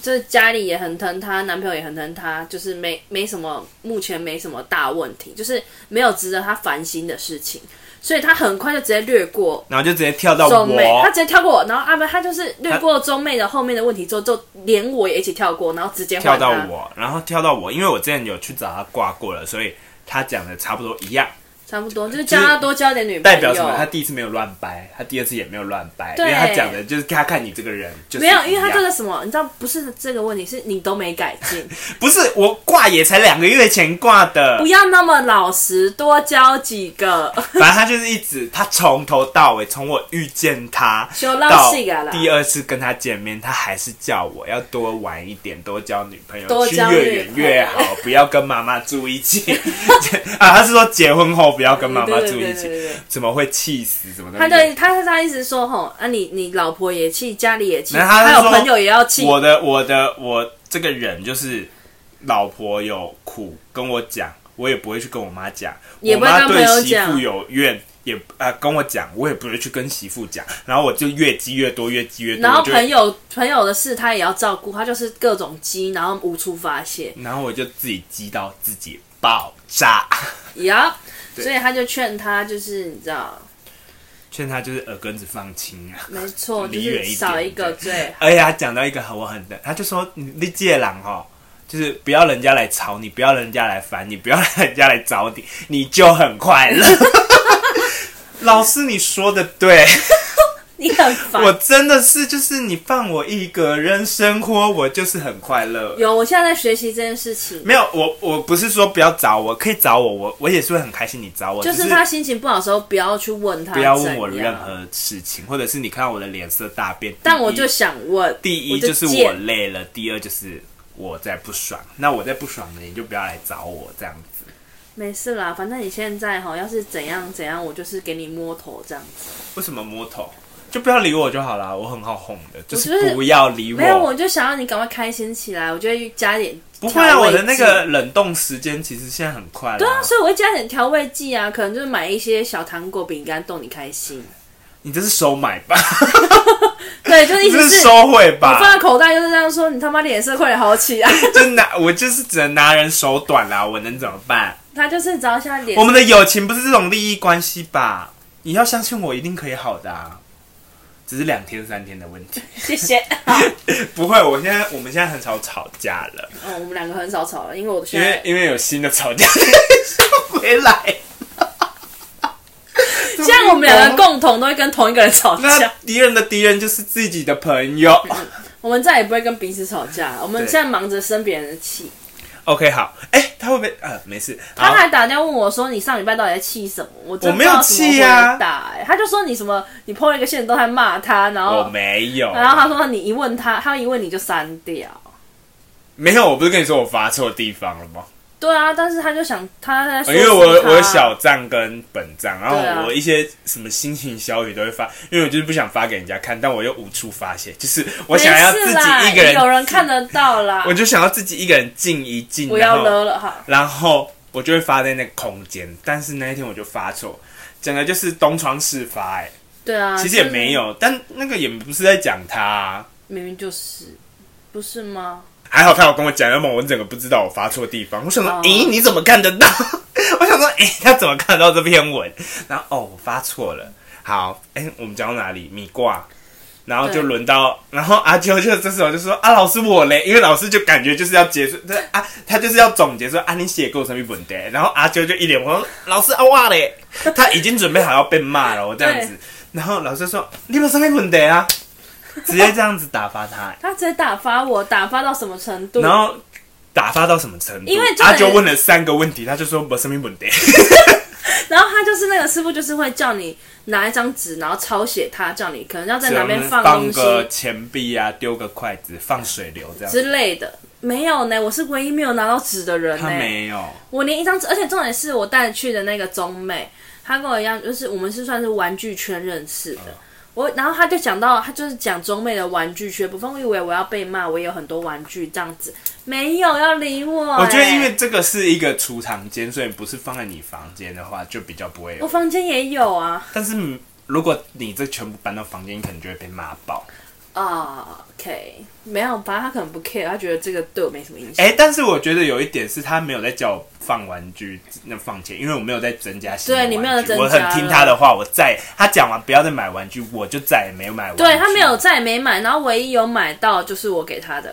A: 就是家里也很疼她，男朋友也很疼她，就是没没什么，目前没什么大问题，就是没有值得她烦心的事情，所以她很快就直接略过
B: 然后就直接跳到
A: 中
B: 哎我
A: 妹，，他直接跳过我，然后阿妹他就是略过中妹的后面的问题之后，就连我也一起跳过，然后直接
B: (laughs) 跳
A: 换 (laughs)
B: 到
A: 他，
B: 我，然后跳到我，因为我之前有去找他挂过了，所以他讲的差不多一样，
A: 差不多就是叫他多交点女朋
B: 代
A: 友，
B: 表什么？他第一次没有乱掰，他第二次也没有乱掰，因
A: 哎对
B: 为他讲的就是他看你这个人就是
A: 没有，因为他
B: 一
A: 这
B: 样
A: 个什么，你知道不是这个问题，是你都没改进，
B: 不是我挂也才两个月前挂的
A: 不，要那么老实，多交几个， (laughs)
B: 反正他就是一直他从头到尾，从我遇见他
A: 修到
B: 到
A: 细啊个啦。
B: 第二次跟他见面，他还是叫我要多玩一点，多交女朋友，
A: 多
B: 去
A: 交
B: 越
A: 女
B: 远
A: 朋友
B: 越
A: (laughs)
B: 好，不要跟妈妈住一起 (laughs) 啊！他是说结婚后不要 (laughs) 跟妈妈
A: 对对
B: 住
A: 对
B: 一
A: 对对
B: 起嗯
A: 对，
B: 怎么会气死？怎么
A: 他
B: 的？
A: 对他他一直说吼，啊你你老婆也气，家里也气，
B: 没有他是
A: 还有
B: 说
A: 朋友也要气，
B: 我的我的我这个人就是，老婆有苦跟我讲，我也不会去跟我妈讲，
A: 也
B: 我
A: 不会
B: 妈
A: 跟朋
B: 对
A: 友
B: 媳妇
A: 讲
B: 有怨。也啊、跟我讲，我也不会去跟媳妇讲，然后我就越积越多，越积越多，
A: 然后
B: 我就
A: 朋友朋友的事他也要照顾，他就是各种鸡，然后无处
B: (laughs)
A: 发泄。
B: 然后我就自己激到自己爆炸，
A: 呀、
B: 对
A: 所以他就劝他，就是你知道，
B: 劝他就是耳根子放轻啊。
A: 没错，就
B: 离远
A: 是
B: 一点
A: 少一个最好。
B: 而且他讲到一个很我很的，他就说你你这个人哈、就是不要人家来吵你，不要人家来烦你，不要人家来找你，你就很快乐。 (laughs) 老师，你说的对，
A: (laughs) 你很烦。
B: 我真的是就是你放我一个人生活，我就是很快乐。
A: 有，我现在在学习这件事情，
B: 没有，我我不是说不要找我，可以找我，我我也是会很开心你找我，
A: 就
B: 只
A: 是他心情不好的时候，不要去问他，
B: 不要问我任。何事情，或者是你看到我的脸色大变。
A: 但
B: 第
A: 我
B: 一
A: 就想问，
B: 第
A: 我
B: 一
A: 就
B: 就是我
A: 贱
B: 累了，第二就是我在不爽。那我在不爽呢，你就不要来找我这样子。
A: 没事啦，反正你现在哈，要是怎样怎样，我就是给你摸头这样子。
B: 为什么摸头？就不要理我就好啦，我很好哄的，就
A: 我就是
B: 是不要理
A: 没有，
B: 我。
A: 我就想要你赶快开心起来，我就会加点
B: 不会啊，
A: 调味
B: 我的那
A: 剂
B: 个冷冻时间其实现在很快
A: 对啊，
B: 啦。
A: 所以我会加点调味剂啊，可能就是买一些小糖果、饼干逗你开心。
B: 你这是收买
A: (laughs)
B: 吧？
A: 对，就是一
B: 你这
A: 直
B: 是收回
A: 我放
B: 吧？
A: 在口袋就是这样说，你他妈脸色快点好起
B: (laughs)
A: 啊来。
B: 就拿我就是只能拿人手短啦，我能怎么办？
A: 他就是只要现在脸
B: 我，们的友情不是这种利益关系吧？你要相信我，一定可以好的啊，只是两天三天的问题。 (laughs)
A: 谢谢。
B: 不会，我现在我们现在很少吵架了。
A: 嗯，我们两个很少吵了，因为我现
B: 因为
A: 在
B: 因为有新的吵
A: (laughs)
B: 架回来，
A: 现在我们两个共同都会跟同一个人吵
B: (laughs) 那
A: 架，
B: 敌人的敌人就是自己的朋友。
A: 我们再也不会跟彼此吵架了。我们
B: 对
A: 现在忙着生别人的气。
B: OK，好，哎、他会不会呃没事？
A: 他
B: 好，
A: 还打电话问我说：“你上礼拜到底在气什么？”我真
B: 我
A: 不
B: 没
A: 知
B: 有
A: 道怎么
B: 气啊
A: 回答、欸。他就说你什么，你碰了一个线都还骂他，然
B: 我
A: 后
B: 哦没有，
A: 哦然后他说你一问他，他一问你就删掉。
B: 没有，我不是跟你说我发错地方了吗？哦
A: 对啊，但是他就想他在说
B: 因为
A: 服
B: 我
A: 他
B: 哎我有小账跟本账，然
A: 对啊
B: 后我一些什么心情小语都会发，因为我就是不想发给人家看，但我又无处发泄，就是我想要自
A: 没事啦
B: 己一个人，
A: 有人看得
B: (laughs)
A: 到啦
B: 我，就想要自己一个人静一静，
A: 不
B: 然
A: 要
B: 后
A: 勒了哈。
B: 然后我就会发在那个空间，但是那一天我就发错，整个就是东窗事发、哎，
A: 对啊，
B: 其实也
A: 就是
B: 没，有，但那个也不是在讲他啊、
A: 明明就是，不是吗？
B: 还好他有跟我讲，要么我整个不知道我发错地方。我想说，
A: 哦
B: 咦、你怎么看得到？ (laughs) 我想说，诶、他怎么看得到这篇文？然后哦，我发错了。好，诶、我们讲到哪里？米卦。然后就
A: 对
B: 轮到，然后阿啾就这时候就说啊，老师我嘞，因为老师就感觉就是要结束，对啊，他就是要总结说啊，你写给我什么本的？然后阿啾就一脸我说老师啊哇嘞，他已经准备好要被骂了，我这样子
A: 对，
B: 然后老师说你有什么本的啊？直接这样子打发他、
A: 他直接打发我，打发到什么程度？
B: 然后打发到什么程度？
A: 因为就
B: 他
A: 等于
B: 就问了三个问题，他就说不生命问题。
A: 然后他就是那个师傅，就是会叫你拿一张纸，然后抄写他，叫你可能要 (laughs) 在哪
B: (laughs)
A: 边放
B: 放
A: 东
B: 个
A: 西
B: 钱币啊，丢个筷子，放水流这样。
A: 之类的。没有呢，我是唯一没有拿到纸的人
B: 他
A: 呢。
B: 没有，
A: 我连一张纸，而且重点是我带去的那个中妹，她跟我一样，就是我们是算是玩具圈认识的。我然后他就讲到，他就是讲中妹的玩具圈部分，我以为我要被骂，我也有很多玩具这样子，没有要理我欸、
B: 我觉得因为这个是一个储藏间，所以不是放在你房间的话，就比较不会
A: 我
B: 有。
A: 房间也有啊
B: 但是嗯如果你这全部搬到房间，你可能就会被骂爆。
A: 啊，OK，没有吧？他可能不 care，他觉得这个对我没什么影响。
B: 哎、但是我觉得有一点是他没有在叫我放玩具，那放钱，因为我没有在增加新的
A: 对
B: 玩具。
A: 你没有增加
B: 我很听他的话，我再他讲完不要再买玩具，我就再也没有买玩具。
A: 对他没有，再也没买，然后唯一有买到就是我给他的。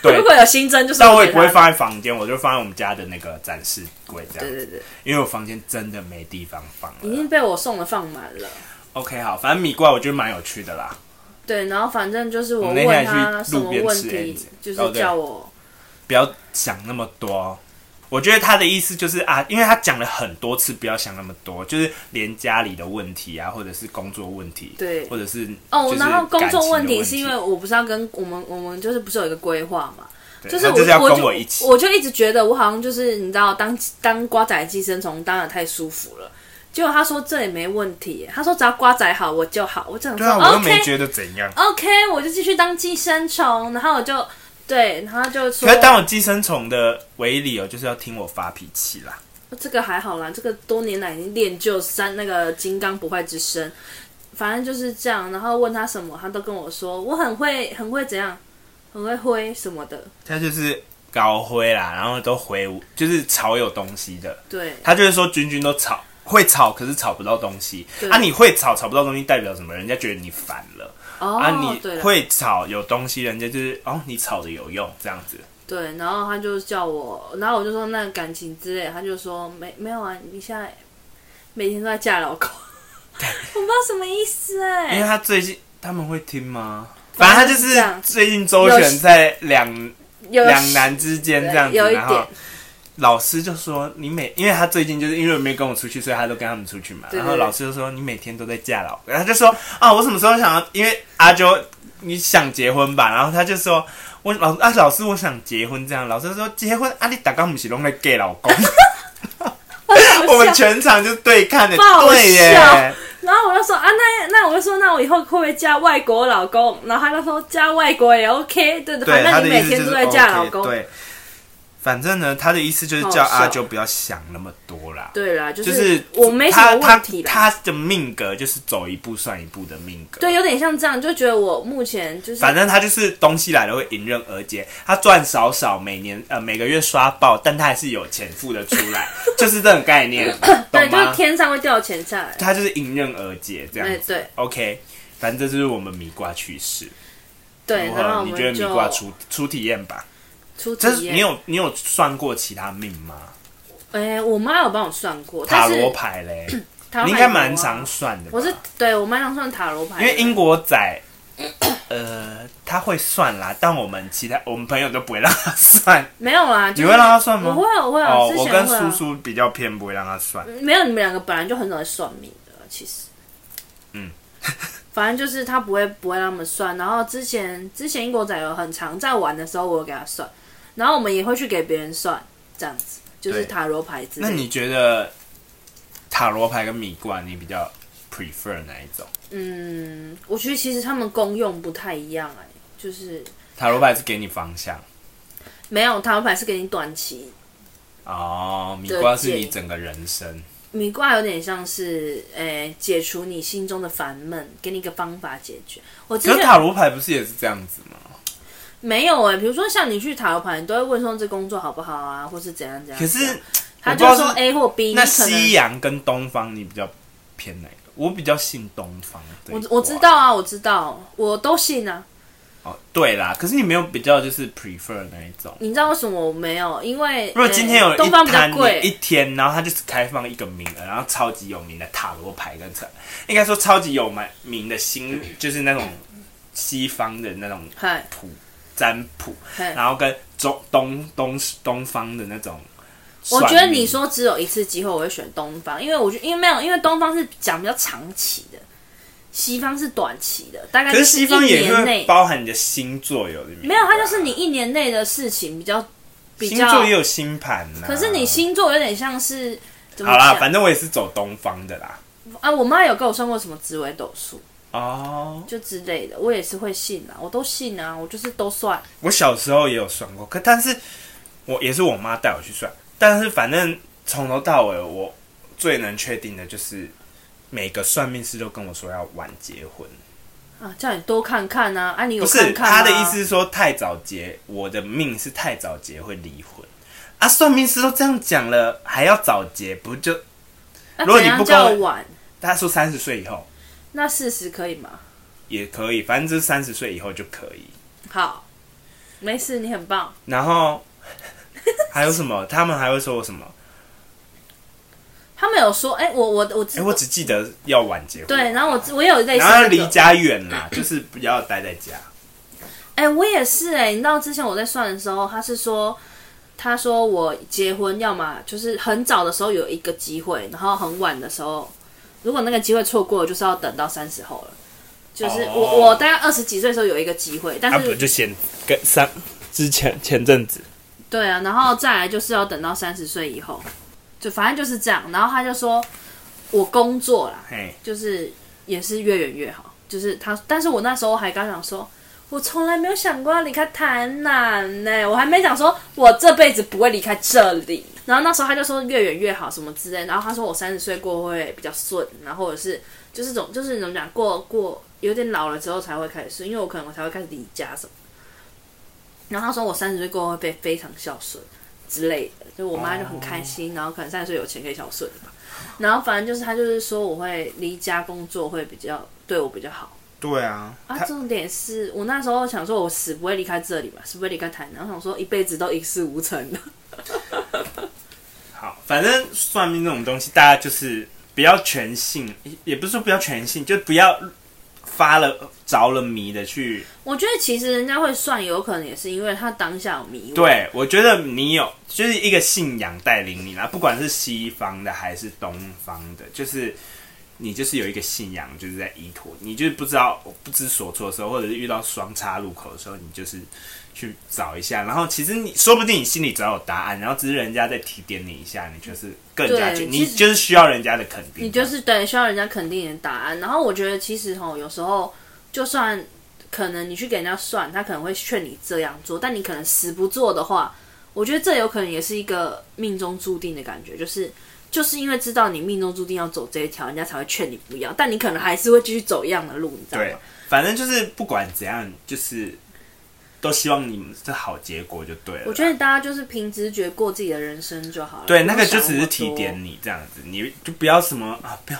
B: 对
A: 如果有新增，就是
B: 但我也
A: 给
B: 不
A: 他的
B: 会。放在房间，我就放在我们家的那个展示柜这
A: 对
B: 样，
A: 对对，
B: 因为我房间真的没地方放
A: 已
B: 了。
A: 经被我送的放满了。
B: OK，好，反正米怪我觉得蛮有趣的啦。
A: 对，然后反正就是我
B: 我们哦那
A: 问
B: 天还
A: 他
B: 去
A: 什么
B: 路边
A: 问
B: 吃哦
A: 题
B: ends，
A: 就是叫我
B: 不要想那么多。我觉得他的意思就是啊，因为他讲了很多次，不要想那么多，就是连家里的问题啊，或者是工作问题，
A: 对
B: 或者是
A: 哦
B: 就，是
A: 然后工作
B: 感情的
A: 题
B: 题
A: 是因为我不是要跟我们我们就是不是有一个规划嘛？
B: 对
A: 就是
B: 他
A: 我
B: 就是要
A: 我
B: 跟
A: 就
B: 我一起，
A: 我就一直觉得我好像就是你知道当当瓜仔寄生虫当的太舒服了。结果他说这也没问题耶，他说只要瓜仔好我就好，我这样
B: 对
A: 说
B: 啊，我又
A: OK 啊
B: 没觉得怎样。
A: OK，我就继续当寄生虫，然后我就对，然后就说
B: 可是当我寄生虫的唯一理由就是要听我发脾气啦。
A: 哦这个还好啦，这个多年来已经练就三那个金刚不坏之身，反正就是这样。然后问他什么，他都跟我说我很会，很会怎样，很会挥什么的。
B: 他就是搞灰啦，然后都回舞，就是炒有东西的。
A: 对，
B: 他就是说君君都炒会炒，可是炒不到东西。
A: 对
B: 啊，你会炒炒不到东西，代表什么？人家觉得你烦了。
A: 哦，
B: 啊，你
A: 对了
B: 会炒有东西，人家就是哦，你炒的有用这样子。
A: 对，然后他就叫我，然后我就说那感情之类，他就说没没有啊，你现在每天都在嫁老公， (laughs) 我不知道什么意思哎、
B: 因为他最近他们会听吗？反正他就
A: 反正就是这
B: 是
A: 样
B: 最近周
A: 有
B: 旋在两
A: 有
B: 两
A: (laughs)
B: 难之间这样子，
A: 有一
B: 然后
A: 点。
B: 老师就说你每，因为他最近就是因为没跟我出去，所以他都跟他们出去嘛。
A: 对对
B: 然后老师就说你每天都在嫁老，然后他就说啊，我什么时候想要？因为阿啾你想结婚吧？然后他就说我老啊老师我想结婚这样，老师就说结婚啊你打刚不是拢在 gay 老公， (laughs) 我们全场就对看的，
A: 爆笑
B: 对耶，
A: 然后我就说啊，那那我就说，那我以后会不会嫁外国老公？然后他就说嫁外国也 OK，对，
B: 对他
A: 反正
B: 的
A: 你
B: 意
A: 每
B: 思就
A: 天
B: 是
A: 都在嫁老
B: OK，
A: 公。
B: 对，反正呢他的意思就是叫
A: 好笑
B: 阿啾不要想那么多啦。
A: 对啦，就
B: 就是
A: 我没什么问题啦。
B: 他他他的命格就是走一步算一步的命格。
A: 对，有啊点像这样，就觉得我目前就是
B: 反正他就是东西来了会迎刃而解，他赚少少，每年呃每个月刷爆，但他还是有钱付得出
A: (laughs)
B: 来，就是这种概念，
A: 对，
B: 懂
A: 就是
B: 吗？
A: 天上会掉钱下来。
B: 他就是迎刃而解这
A: 哎
B: 样，子。
A: 对
B: OK，反正这就是我们米瓜趣事。
A: 对
B: 如，
A: 然后
B: 何？
A: 我
B: 你
A: 们
B: 觉得米
A: 就
B: 瓜出出体验吧？
A: 出
B: 这
A: 体
B: 是
A: 验。
B: 你有你有算过其他命吗？
A: 哎，我妈有帮我算过，
B: 塔
A: 但是
B: 罗牌嘞，
A: (clears throat) 塔罗牌
B: 你应该蛮
A: 有啊
B: 常算的吧。
A: 我是对我蛮常算塔罗牌的，
B: 因为英国仔， (coughs) 呃，他会算啦，但我们其他我们朋友都不会让他算。
A: 没有啦，就是
B: 你会让他算吗
A: 我会啊，我会啊，
B: 哦，
A: 之
B: 我
A: 前
B: 跟
A: 会啊嗯
B: 叔叔比较偏，不会让他算。
A: 没有，你们两个本来就很少在算命的，其实。
B: 嗯。
A: (laughs) 反正就是他不会不会让他们算，然后之前之前英国仔有很常在玩的时候，我有给他算，然后我们也会去给别人算，这样子，就是
B: 对
A: 塔罗牌之类
B: 那
A: 的。
B: 你觉得塔罗牌跟米罐你比较 prefer 哪一种？
A: 嗯，我觉得其实他们功用不太一样哎、就是
B: 塔罗牌是给你方向
A: 没有塔罗牌是给你短期，
B: 哦，米
A: 对
B: 罐是
A: 建
B: 你
A: 议
B: 整个人生
A: 米卦有点像是哎解除你心中的烦闷，给你一个方法解决。我之
B: 可是
A: 前
B: 塔罗牌不是也是这样子吗？
A: 没有哎、比如说像你去塔罗牌，你都会问说这工作好不好啊，或是怎样怎样。
B: 可
A: 怎样
B: 是
A: 他
B: 我
A: 就
B: 不知
A: 说
B: 道是
A: A 或 B，
B: 那
A: 你可能
B: 西洋跟东方你比较偏哪个？我比较信东方这一
A: 我
B: 挂。
A: 我知道啊，我知道，我都信啊。
B: 哦，对啦，可是你没有比较就是 prefer 哪一种？
A: 你知道为什么我没有？因为
B: 如果今天有
A: 呃
B: 一
A: 东方比较
B: 摊一
A: 贵，
B: 天，然后他就只开放一个名额，然后超级有名的塔罗牌跟成，应该说超级有名的新，就是那种西方的那种
A: 嗨
B: 谱占卜，
A: 嗨，
B: 然后跟中东东东方的那种算
A: 我
B: 命。
A: 觉得你说只有一次机会，我会选东方，因为我觉得因为没有，因为东方是讲比较长期的，西方是短期的，大概
B: 可
A: 就是一
B: 西方也
A: 年
B: 会
A: 内
B: 包含你的星座有里面，
A: 没有，它就是你一年内的事情比较比
B: 星
A: 较。
B: 座也有星盘、呐。
A: 可是你星座有点像是怎么
B: 好啦，
A: 讲
B: 反正我也是走东方的啦。
A: 啊？我妈有跟我算过什么紫微斗数
B: 哦，
A: 就之类的，我也是会信啊，我都信啊，我就是都算。
B: 我小时候也有算过，可但是我也是我妈带我去算，但是反正从头到尾，我最能确定的就是每个算命师都跟我说要晚结婚，
A: 啊，叫你多看看啊！啊，你有
B: 不
A: 看
B: 是
A: 看
B: 他
A: 吗
B: 的意思是说太早结，我的命是太早结会离婚啊，算命师都这样讲了，还要早结不就？
A: 那
B: 如果
A: 啊怎
B: 你不
A: 样
B: 跟我
A: 叫晚？
B: 他说三十岁以后
A: 那四十可以吗？
B: 也可以，反正就是三十岁以后就可以。
A: 好，没事，你很棒。
B: 然后 (laughs) 还有什么？他们还会说我什么？
A: 他们有说，哎、我我我
B: 哎、
A: 知、
B: 我只记得要晚结婚。
A: 对，然后我我也有类似、
B: 然后要
A: 这哎个，
B: 离家远啦， (clears throat) 就是不要待在家。
A: 哎、我也是哎、你知道之前我在算的时候，他是说，他说我结婚要么就是很早的时候有一个机会，然后很晚的时候，如果那个机会错过了，就是要等到三十后了。就是
B: 哦
A: 我、我大概二十几岁的时候有一个机会，但
B: 他
A: 是、
B: 啊不就先跟上之前前阵子，
A: 对啊，然后再来就是要等到三十岁以后，就反正就是这样。然后他就说，我工作啦，
B: 嘿，
A: 就是也是越远越好。就是他，但是我那时候还刚想说，我从来没有想过要离开台南呢、我还没想说我这辈子不会离开这里。然后那时候他就说越远越好什么之类，然后他说我三十岁过会比较顺，然后或者是就是总就是怎么讲过过有点老了之后才会开始顺，因为我可能我才会开始离家什么。然后他说我三十岁过后会被非常孝顺之类的，就我妈就很开心，然后可能三十岁有钱可以孝顺吧。然后反正就是他就是说我会离家工作会比较对我比较好。
B: 对啊，
A: 啊，
B: 他
A: 重点是我那时候想说，我死不会离开这里吧，死不会离开台南。我想说一辈子都一事无成 (laughs) 的。
B: 好，反正算命这种东西，大家就是不要全信，也也不是说不要全信，就不要发了着了迷的去。
A: 我觉得其实人家会算，有可能也是因为他当下有迷惘。，
B: 对我觉得你有就是一个信仰带领你啦，不管是西方的还是东方的，就是。你就是有一个信仰，就是在依托，你就是不知道不知所措的时候，或者是遇到双岔路口的时候，你就是去找一下。然后其实你说不定你心里早有答案，然后只是人家再提点你一下，你就是更加
A: 对
B: 去，
A: 其
B: 你
A: 实
B: 就是需要人家的肯定。啊
A: 你就是对需要人家肯定你的答案。然后我觉得其实吼，有时候就算可能你去给人家算，他可能会劝你这样做，但你可能死不做的话，我觉得这有可能也是一个命中注定的感觉，就是。就是因为知道你命中注定要走这一条，人家才会劝你不要，但你可能还是会继续走一样的路，你知道吗
B: 对？，反正就是不管怎样，就是都希望你是好结果就对了啦。
A: 我觉得大家就是凭直觉过自己的人生就啊好了。
B: 对
A: 不
B: 那
A: 用
B: 个就
A: 想
B: 只
A: 么
B: 是提
A: 多
B: 点，你这样子，你就不要什么啊，不要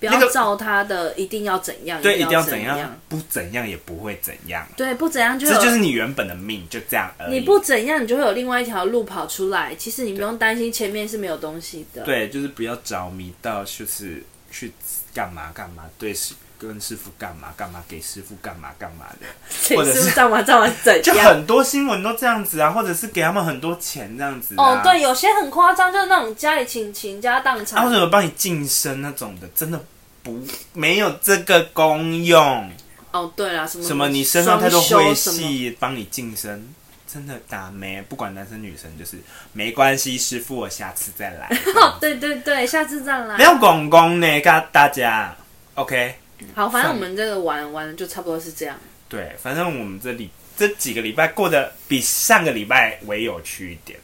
A: 不
B: 那
A: 要
B: 个
A: 照他的一定要怎样，
B: 对，一
A: 一
B: 定
A: 要
B: 要怎
A: 样
B: 样，，不怎样也不会怎样，
A: 对，不怎样就
B: 这
A: 有
B: 就是你原本的命，就这样而已。
A: 你不怎样，你就会有另外一条路跑出来。其实你不用担心前面是没有东西的。，
B: 对，就是不要着迷到就是去干嘛干嘛，对师跟师傅干嘛干嘛，给师傅干嘛干嘛的，
A: (laughs)
B: 或者
A: 是不
B: 是
A: 是干嘛干嘛怎
B: 就
A: 样？
B: 很多新闻都这样子啊，或者是给他们很多钱这样子、啊。
A: 哦，对，有些很夸张，就是那种家里请请家荡
B: 啊，
A: 产
B: 为。什么帮你晋升那种的，真的不没有这个功用？
A: 哦，对啦，什么
B: 什么你身上太多晦
A: 双休什么
B: 气，帮你晋升，真的打没，不管男生女生，就是没关系，师傅我下次再
A: (laughs)
B: 来。
A: (laughs) 哦，对对对，下次再
B: 不
A: 来。
B: 要拱拱呢，大大家，OK？
A: 好，反正我们这个玩玩就差不多是这样。
B: 对，反正我们这里这几个礼拜过得比上个礼拜为有趣一点。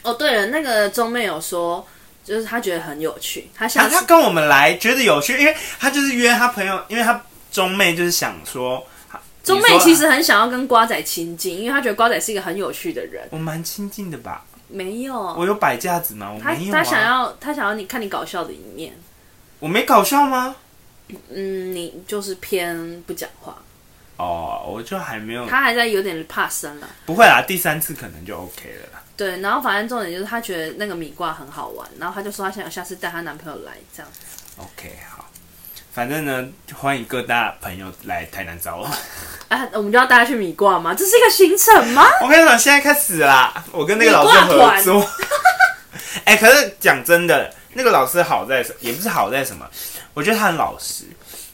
A: 哦，对了，那个钟妹有说，就是她觉得很有趣，她
B: 他
A: 下次、
B: 啊他跟我们来觉得有趣，因为他就是约他朋友，因为他中妹就是想说，
A: 钟
B: 你
A: 妹
B: 说啊
A: 其实很想要跟瓜仔亲近，因为她觉得瓜仔是一个很有趣的人。
B: 我蛮亲近的吧，
A: 没有，
B: 我有摆架子吗？我
A: 她
B: 没有、啊、
A: 她想要她想要你看你搞笑的一面，
B: 我没搞笑吗？
A: 嗯，你就是偏不讲话，
B: 哦，我就还没有，
A: 她还在有点怕生了。
B: 不会啦，第三次可能就 OK 了啦。
A: 对，然后反正重点就是她觉得那个米瓜很好玩，然后她就说她想下次带她男朋友来这样。
B: OK，好，反正呢，欢迎各大朋友来台南找我。 (laughs)
A: 哎、我们就要带她去米瓜吗？这是一个行程吗？
B: 我跟你讲，现在开始啦，我跟那个老师合作。 (laughs) 哎、可是讲真的，那个老师好在什，也不是好在什么，我觉得他很老实，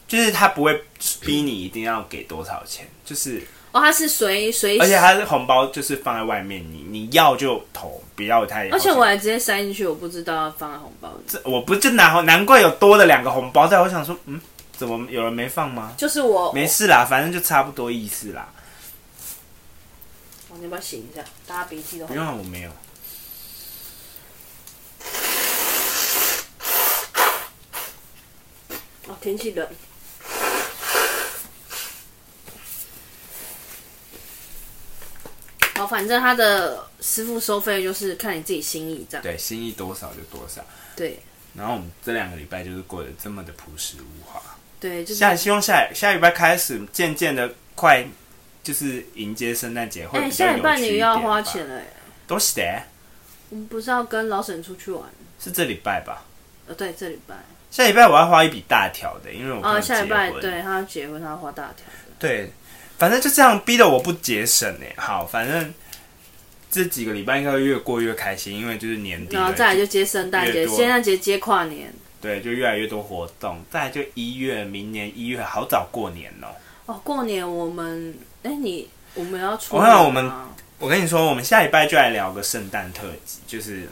B: 就是他不会逼你一定要给多少钱，就是
A: 哦，她是随随，
B: 而且他的红包就是放在外面，你你要就投，不要他也好
A: 而
B: 像。
A: 且我还直接塞进去，我不知道要放在红包里。
B: 这我不就拿难怪有多的两个红包在，我想说，嗯，怎么有人没放吗？
A: 就是我，
B: 没事啦，反正就差不多意思啦。
A: 我你要不要醒一下？大家鼻涕都
B: 不。用啊，我没有。
A: 哦，天气冷。好，反正他的师傅收费就是看你自己心意这样。
B: 对，心意多少就多少。
A: 对
B: 然后我们这两个礼拜就是过得这么的朴实无华。
A: 对，就是
B: 下希望下下礼拜开始，渐渐的快就是迎接圣诞节，会
A: 哎、
B: 比较
A: 下
B: 有
A: 礼拜
B: 趣
A: 你
B: 一
A: 又
B: 点
A: 要
B: 吧
A: 花钱，了、哎
B: 都是的，
A: 我们不是要跟老沈出去玩？
B: 是这礼拜吧？
A: 呃，对，这礼拜
B: 下礼拜我要花一笔大条的，因为我朋
A: 啊、
B: 友
A: 下礼
B: 结
A: 拜
B: 婚
A: 对他要结婚，他要花大条。
B: 对，反正就这样逼得我不节省哎。好，反正这几个礼拜应该会越过越开心，因为就是年底
A: 然
B: 了
A: 后，再来就接圣诞
B: 越
A: 节，
B: 多
A: 圣诞节接跨年。
B: 对，就越来越多活动。再来就一月，明年一月好早过年哦、
A: 哦，过年我们哎、你我们要出
B: 我
A: 门吗？
B: 看我们我跟你说，我们下礼拜就来聊个圣诞特辑，就是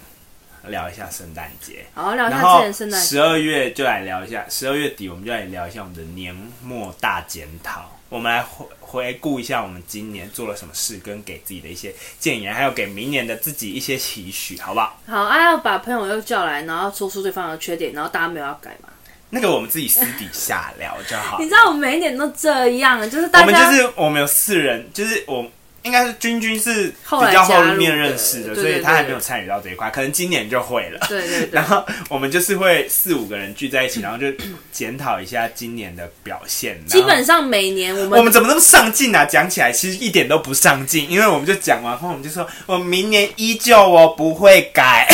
B: 聊一下圣诞节。
A: 好聊一
B: 然
A: 下啊之
B: 后
A: 前圣诞节
B: 十二月就来聊一下，十二月底我们就来聊一下我们的年末大检讨。我们来回回顾一下我们今年做了什么事，跟给自己的一些建言，还有给明年的自己一些期许，好不好？
A: 好，啊，要把朋友又叫来，然后说出对方的缺点，然后大家没有要改嘛？
B: 那个我们自己私底下聊就
A: (laughs)
B: 好
A: 你。知道我每一年都这样，啊就是
B: 我
A: 大
B: 们
A: 家
B: 就是我们有四人，就是我应该是君君是
A: 后
B: 比
A: 来
B: 较
A: 加入
B: 后面
A: 的
B: 认识的，
A: 对
B: 所以
A: 对
B: 他还
A: 对
B: 没有参与到这一块，可能今年就会了。
A: 对对对
B: 然，后我们就是会四五个人聚
A: (coughs)
B: 在一起，然后就检讨一下今年的表现。然后
A: 基本上每年我们
B: 我们怎么那么上进啊？讲起来其实一点都不上进，因为我们就讲完后，我们就说我明年依旧哦不会改。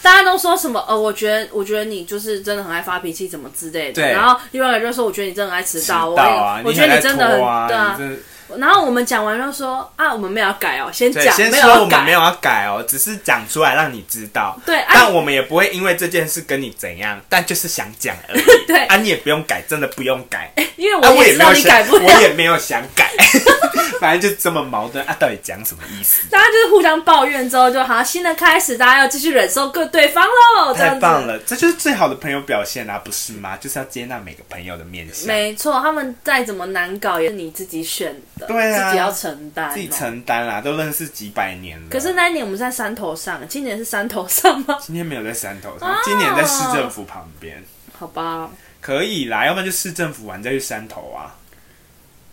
A: 大家都说什么？呃，我觉得我觉得你就是真的很爱发脾气，怎么之类的。
B: 对
A: 然后另外一个就说，我觉得你真的很爱迟到，
B: 知道啊，
A: 我我觉得
B: 很
A: 你真的
B: 爱
A: 很
B: 拖啊，
A: 对
B: 你
A: 啊。
B: 真的
A: 然后我们讲完就说啊，我们没有要改哦，先
B: 对，
A: 讲
B: 先
A: 没
B: 说我
A: 要
B: 们没
A: 改。
B: 有要改哦，只是讲出来让你知道。
A: 对啊
B: 但我们也不会因为这件事跟你怎样，但就是想讲而
A: (laughs)
B: 已。
A: 对
B: 啊，你也不用改，真的不用改。
A: 因为
B: 啊，
A: 哎我也
B: 也
A: 知
B: 没
A: 道
B: 有
A: 你改
B: 想，
A: 不
B: 我
A: 了，
B: 也没有想改， (laughs) 反正就这么矛盾啊，到底讲什么意思？
A: (laughs) 大家就是互相抱怨之后就好，新的开始，大家要继续忍受各对方喽。这样
B: 太
A: 子
B: 棒了，这就是最好的朋友表现啊，不是吗？就是要接纳每个朋友的面相，
A: 没错，他们再怎么难搞也是你自己选的，
B: 对啊
A: 自己要承担、哦
B: 自己。承担啦、都认识几百年了。
A: 可是那一年我们在山头上，今年是山头上吗？ (laughs)
B: 今天没有在山头上，今年在市政府旁边，
A: 好吧，
B: 可以啦，要不然就市政府玩再去山头啊。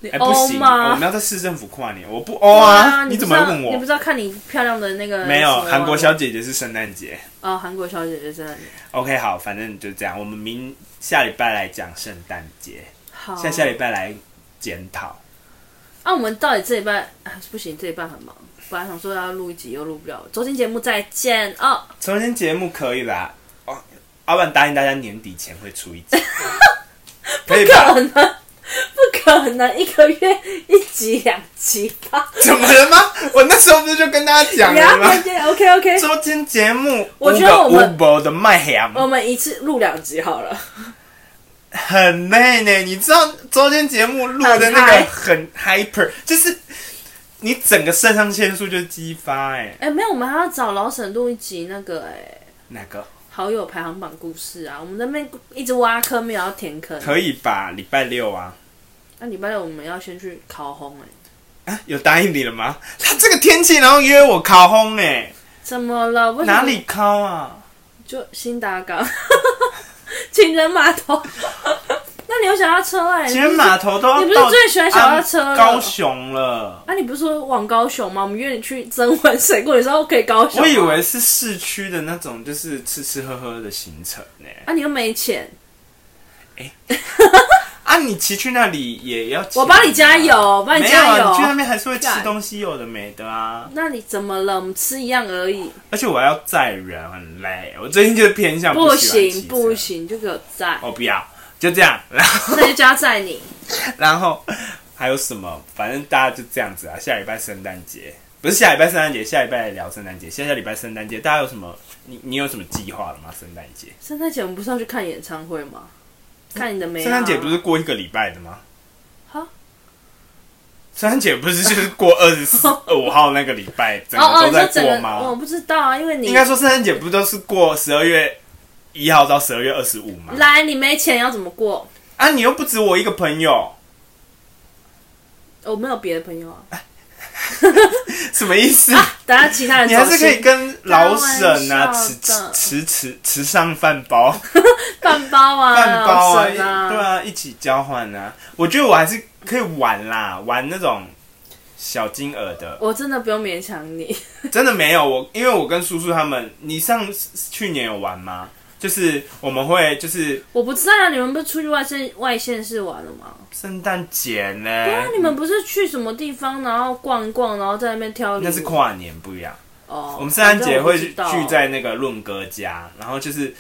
A: 你
B: 哎、不
A: 欧
B: 行，我
A: 哦吗
B: 们？要在市政府跨年，我不欧啊！
A: 你
B: 怎么
A: 不知
B: 问
A: 道你不
B: 我？
A: 知道看你漂亮的那个
B: 没
A: 什
B: 有，
A: 么
B: 韩国小姐姐是圣诞节。
A: 哦，韩国小姐姐真的
B: OK，好，反正就这样，我们明下礼拜来讲圣诞节。
A: 好。
B: 下下礼拜来检讨。
A: 啊，我们到底这一半、啊、不行，这一半很忙。本来想说要录一集，又录不了。周天节目再见哦。
B: 重新节目可以啦，哦，阿万答应大家年底前会出一
A: (laughs)
B: 集，可以
A: 不可
B: 吧？
A: 能，不可能，一个月一集两集吧？
B: 怎么了吗？我那时候不是就跟大家讲
A: 你要
B: 了
A: 看
B: 吗？
A: 见 OK
B: (laughs)
A: OK。
B: 周天节目，
A: 我觉得我们
B: 们的卖ham
A: 我们一次录两集好了。
B: 很累呢。你知道周天节目录的那
A: 很嗨
B: 个很 hyper，就是你整个肾上腺素就激发哎、
A: 哎、没有，我们还要找老沈录一集那个哎、
B: 哪个
A: 好友排行榜故事啊。我们那边一直挖坑，没有要填坑。
B: 可以吧？礼拜六啊，
A: 那礼拜六我们要先去烤烘哎、
B: 啊有答应你了吗？他这个天气然后约我烤烘哎、
A: 怎么了？为什么
B: 哪里烤啊？
A: 就新达港 (laughs) 情人码头？ (laughs) 那你有小轿车哎、
B: 情人码头都要
A: 你不是
B: 到
A: 最喜欢小轿车了
B: 高雄了，
A: 啊，你不是说往高雄吗？我们约你去增温水库，你说可以高雄吗。
B: 我以为是市区的那种，就是吃吃喝喝的行程呢、
A: 啊，你又没钱，
B: 啊，你骑去那里也要、啊
A: 我帮你加油，，我帮你
B: 没有
A: 加
B: 啊，你去那
A: 油。
B: 边还是会吃东西，有的没的啊。
A: 那你怎么了？我们吃一样而已，
B: 而且我还要载人，很累。我最近就是偏向
A: 不
B: 啊喜欢骑哦
A: 行
B: 车
A: 不，行，就给我载，
B: 我不要，就这样。然后，
A: 那就加载你。
B: 然后还有什么？反正大家就这样子啊。下礼拜圣诞节不是下礼拜圣诞节，下礼拜聊圣诞节，下下礼拜圣诞节，大家有什么？你你有什么计划了吗？圣诞节，
A: 圣诞节我们不是要去看演唱会吗？看你的美好。
B: 圣诞节不是过一个礼拜的吗？
A: 啊哈，
B: 圣诞节不是就是过二十四、五号那个礼拜，整
A: 哦哦，
B: 个
A: 你
B: 都
A: 说
B: 在
A: 整
B: 过
A: 个
B: 吗？
A: 我不知道啊，因为你
B: 应该说圣诞节不都是过十二月一号到十二月二十五吗？
A: 来你没钱要怎么过？
B: 啊，你又不止我一个朋友，
A: 哦我没有别的朋友啊， (laughs)
B: 什么意思？
A: 等下其他人
B: 你还是可以
A: 走心
B: 跟老沈
A: 啊开
B: 啊
A: 玩
B: 吃
A: 笑的
B: 吃吃吃吃上饭
A: (laughs)
B: 包 (laughs)
A: 饭包啊，
B: 饭包啊，
A: 老
B: 一
A: 沈啊，
B: 对啊，一起交换啊。我觉得我还是可以玩啦，玩那种小金额的。
A: 我真的不用勉强你。 (laughs)
B: 真的没有我，因为我跟叔叔他们，你上去年有玩吗？就是我们会就是
A: 我不知道啊，你们不是出去外县外县市玩了吗？
B: 圣诞节呢，
A: 对啊，你们不是去什么地方，然后逛一逛，然后在那边挑礼物？
B: 那是跨年不一样。
A: 哦，
B: 我们圣诞节会
A: 反
B: 聚
A: 正我不知道
B: 聚在那个论哥家，然后就是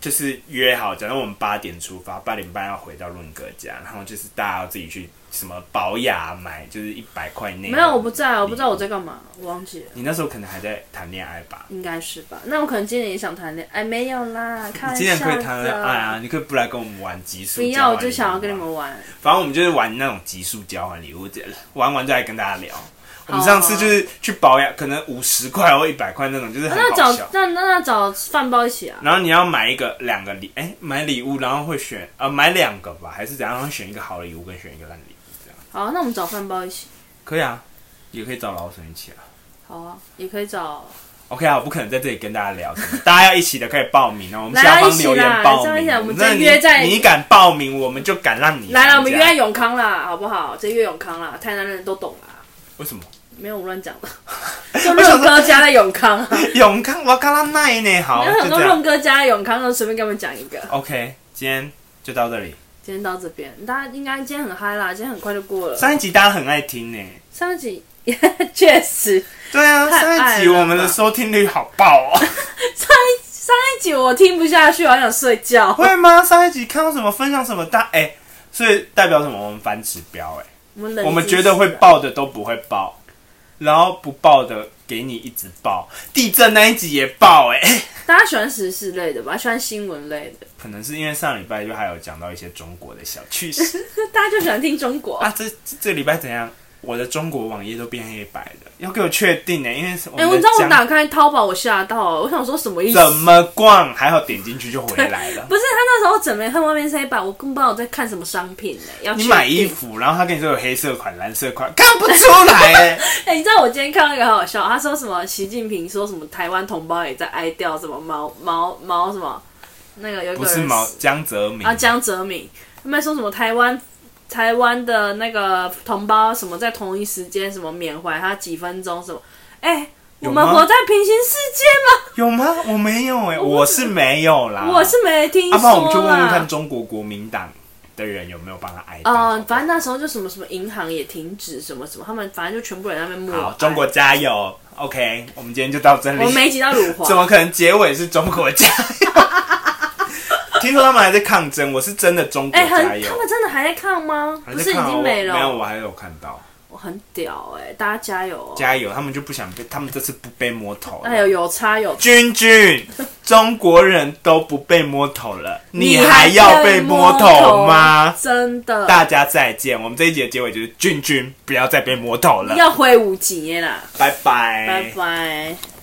B: 就是约好，假如我们八点出发，八点半要回到论哥家，然后就是大家要自己去什么保雅买，就是一百块内。
A: 没有，我不在啊，我不知道我在干嘛，我忘记了，
B: 你那时候可能还在谈恋爱吧？
A: 应该是吧？那我可能今年也想谈恋爱，哎没有啦，开
B: 你
A: 玩
B: 今年
A: 笑
B: 可
A: 的。
B: 以谈恋爱啊！你可以不来跟我们玩极速？
A: 不要，我就想要跟你们。玩。
B: 啊反正我们就是玩那种极速交换礼物，这玩完再来跟大家聊。我们
A: 好啊
B: 上次就是去保养，可能五十块或一百块那种，就是很
A: 啊那
B: 好
A: 找
B: 笑。
A: 那那那找饭包一起啊？
B: 然后你要买一个两个礼，哎、买礼物，然后会选呃买两个吧，还是怎样？然后选一个好礼物跟选一个烂礼物这样？
A: 好，那我们找饭包一起。
B: 可以啊，也可以找老沈一起啊。
A: 好啊，也可以找
B: OK 啊，我不可能在这里跟大家聊什么， (laughs) 大家要一起的可以报名哦。我们
A: 来啊
B: 下方留
A: 一起啦
B: 言报
A: 来啊一起
B: 名
A: 来我
B: 哦
A: 们，
B: 那
A: 再
B: 你
A: 约在
B: 你敢报名，我们就敢让你
A: 来了，我们
B: 参
A: 约
B: 加
A: 在永康啦，好不好？直接约永康啦，台南人都懂啦，
B: 为什么？
A: 没有我乱讲
B: (laughs)
A: 的。就润哥家在永康啊，
B: (laughs) 永康瓦卡拉奈呢？ (laughs) 好，
A: 有很
B: 就
A: 多
B: 这样
A: 润。哥家在永康，那随便给我们讲一个。
B: OK，今天就到这里。
A: 今天到这边，大家应该今天很嗨啦，今天很快就过了。
B: 上一集大家很爱听呢。
A: 上一集 (laughs) 确实，
B: 对啊，
A: 太爱了吧
B: 上一集我们的收听率好爆哦。
A: 上一集我听不下去，我好想睡
B: (laughs)
A: 觉。
B: 会吗？上一集看到什么分享什么大哎、所以代表什么？我们反指标哎、
A: 我们冷静
B: 我们觉得会
A: 一下
B: 爆的都不会爆，然后不爆的给你一直爆。地震那一集也爆哎、
A: 大家喜欢时事类的吧，喜欢新闻类的，
B: 可能是因为上礼拜就还有讲到一些中国的小趣
A: (laughs)
B: 事
A: 大家就喜欢听中国。
B: 啊。这这这礼拜怎样？我的中国网页都变黑白了，要给我确定哎、因为是我
A: 哎、
B: 们
A: 我
B: 的
A: 知道我
B: 讲
A: 打开淘宝，我吓到了，我想说什么意思？
B: 怎么逛，还好点进去就回来了。
A: (laughs) 不是他那时候整没看外面是黑白，我更不知道我在看什么商品呢、要
B: 你
A: 确
B: 买衣
A: (laughs) 定，
B: 服，然后他跟你说有黑色款、蓝色款，看不出来哎、
A: (laughs) 哎、你知道我今天看到一个很好笑，他说什么？习近平说什么台湾同胞也在哀悼什么毛毛毛什么那个有一个
B: 不
A: 人
B: 是毛江泽民
A: 啊，江泽民，他们说什么台湾台湾的那个同胞什么在同一时间什么缅怀他几分钟什么，哎、我
B: 有
A: 们
B: 吗
A: 活在平行世界吗？
B: 有吗？我没有哎、
A: 我
B: 我是没有啦。
A: 我是没听
B: 阿爸，
A: 说
B: 啊我们就问问
A: 啦
B: 看。中国国民党的人有没有帮他哀悼。
A: 嗯，反正那时候就什么什么银行也停止什么什么，他们反正就全部人在那边默
B: 好，
A: 哀
B: 中国加油！OK，我们今天就到这
A: 我啊们
B: 里。
A: 每一集到辱华，
B: (laughs) 怎么可能结尾是中国加
A: (laughs)
B: 油？听说他们还在抗争，我是真的中国
A: 哎、
B: 加
A: 很，
B: 油
A: 他。们真的还在看吗？
B: 还
A: 不
B: 在
A: 是已
B: 看啊
A: 经没了？
B: 我没有，我还有看到
A: 我很屌哎、大家加油、哦！哎
B: 加油，他们就不想被，他们这次不被摸头了。
A: 哎呦，有差有差，
B: 君君，中国人都不被摸头了，你
A: 还
B: 还要被
A: 摸
B: 摸头吗？
A: 真的，
B: 大家再见，我们这一集的结尾就是俊俊不要再被摸头了，
A: 要回五级啦，
B: 拜拜，
A: 拜拜。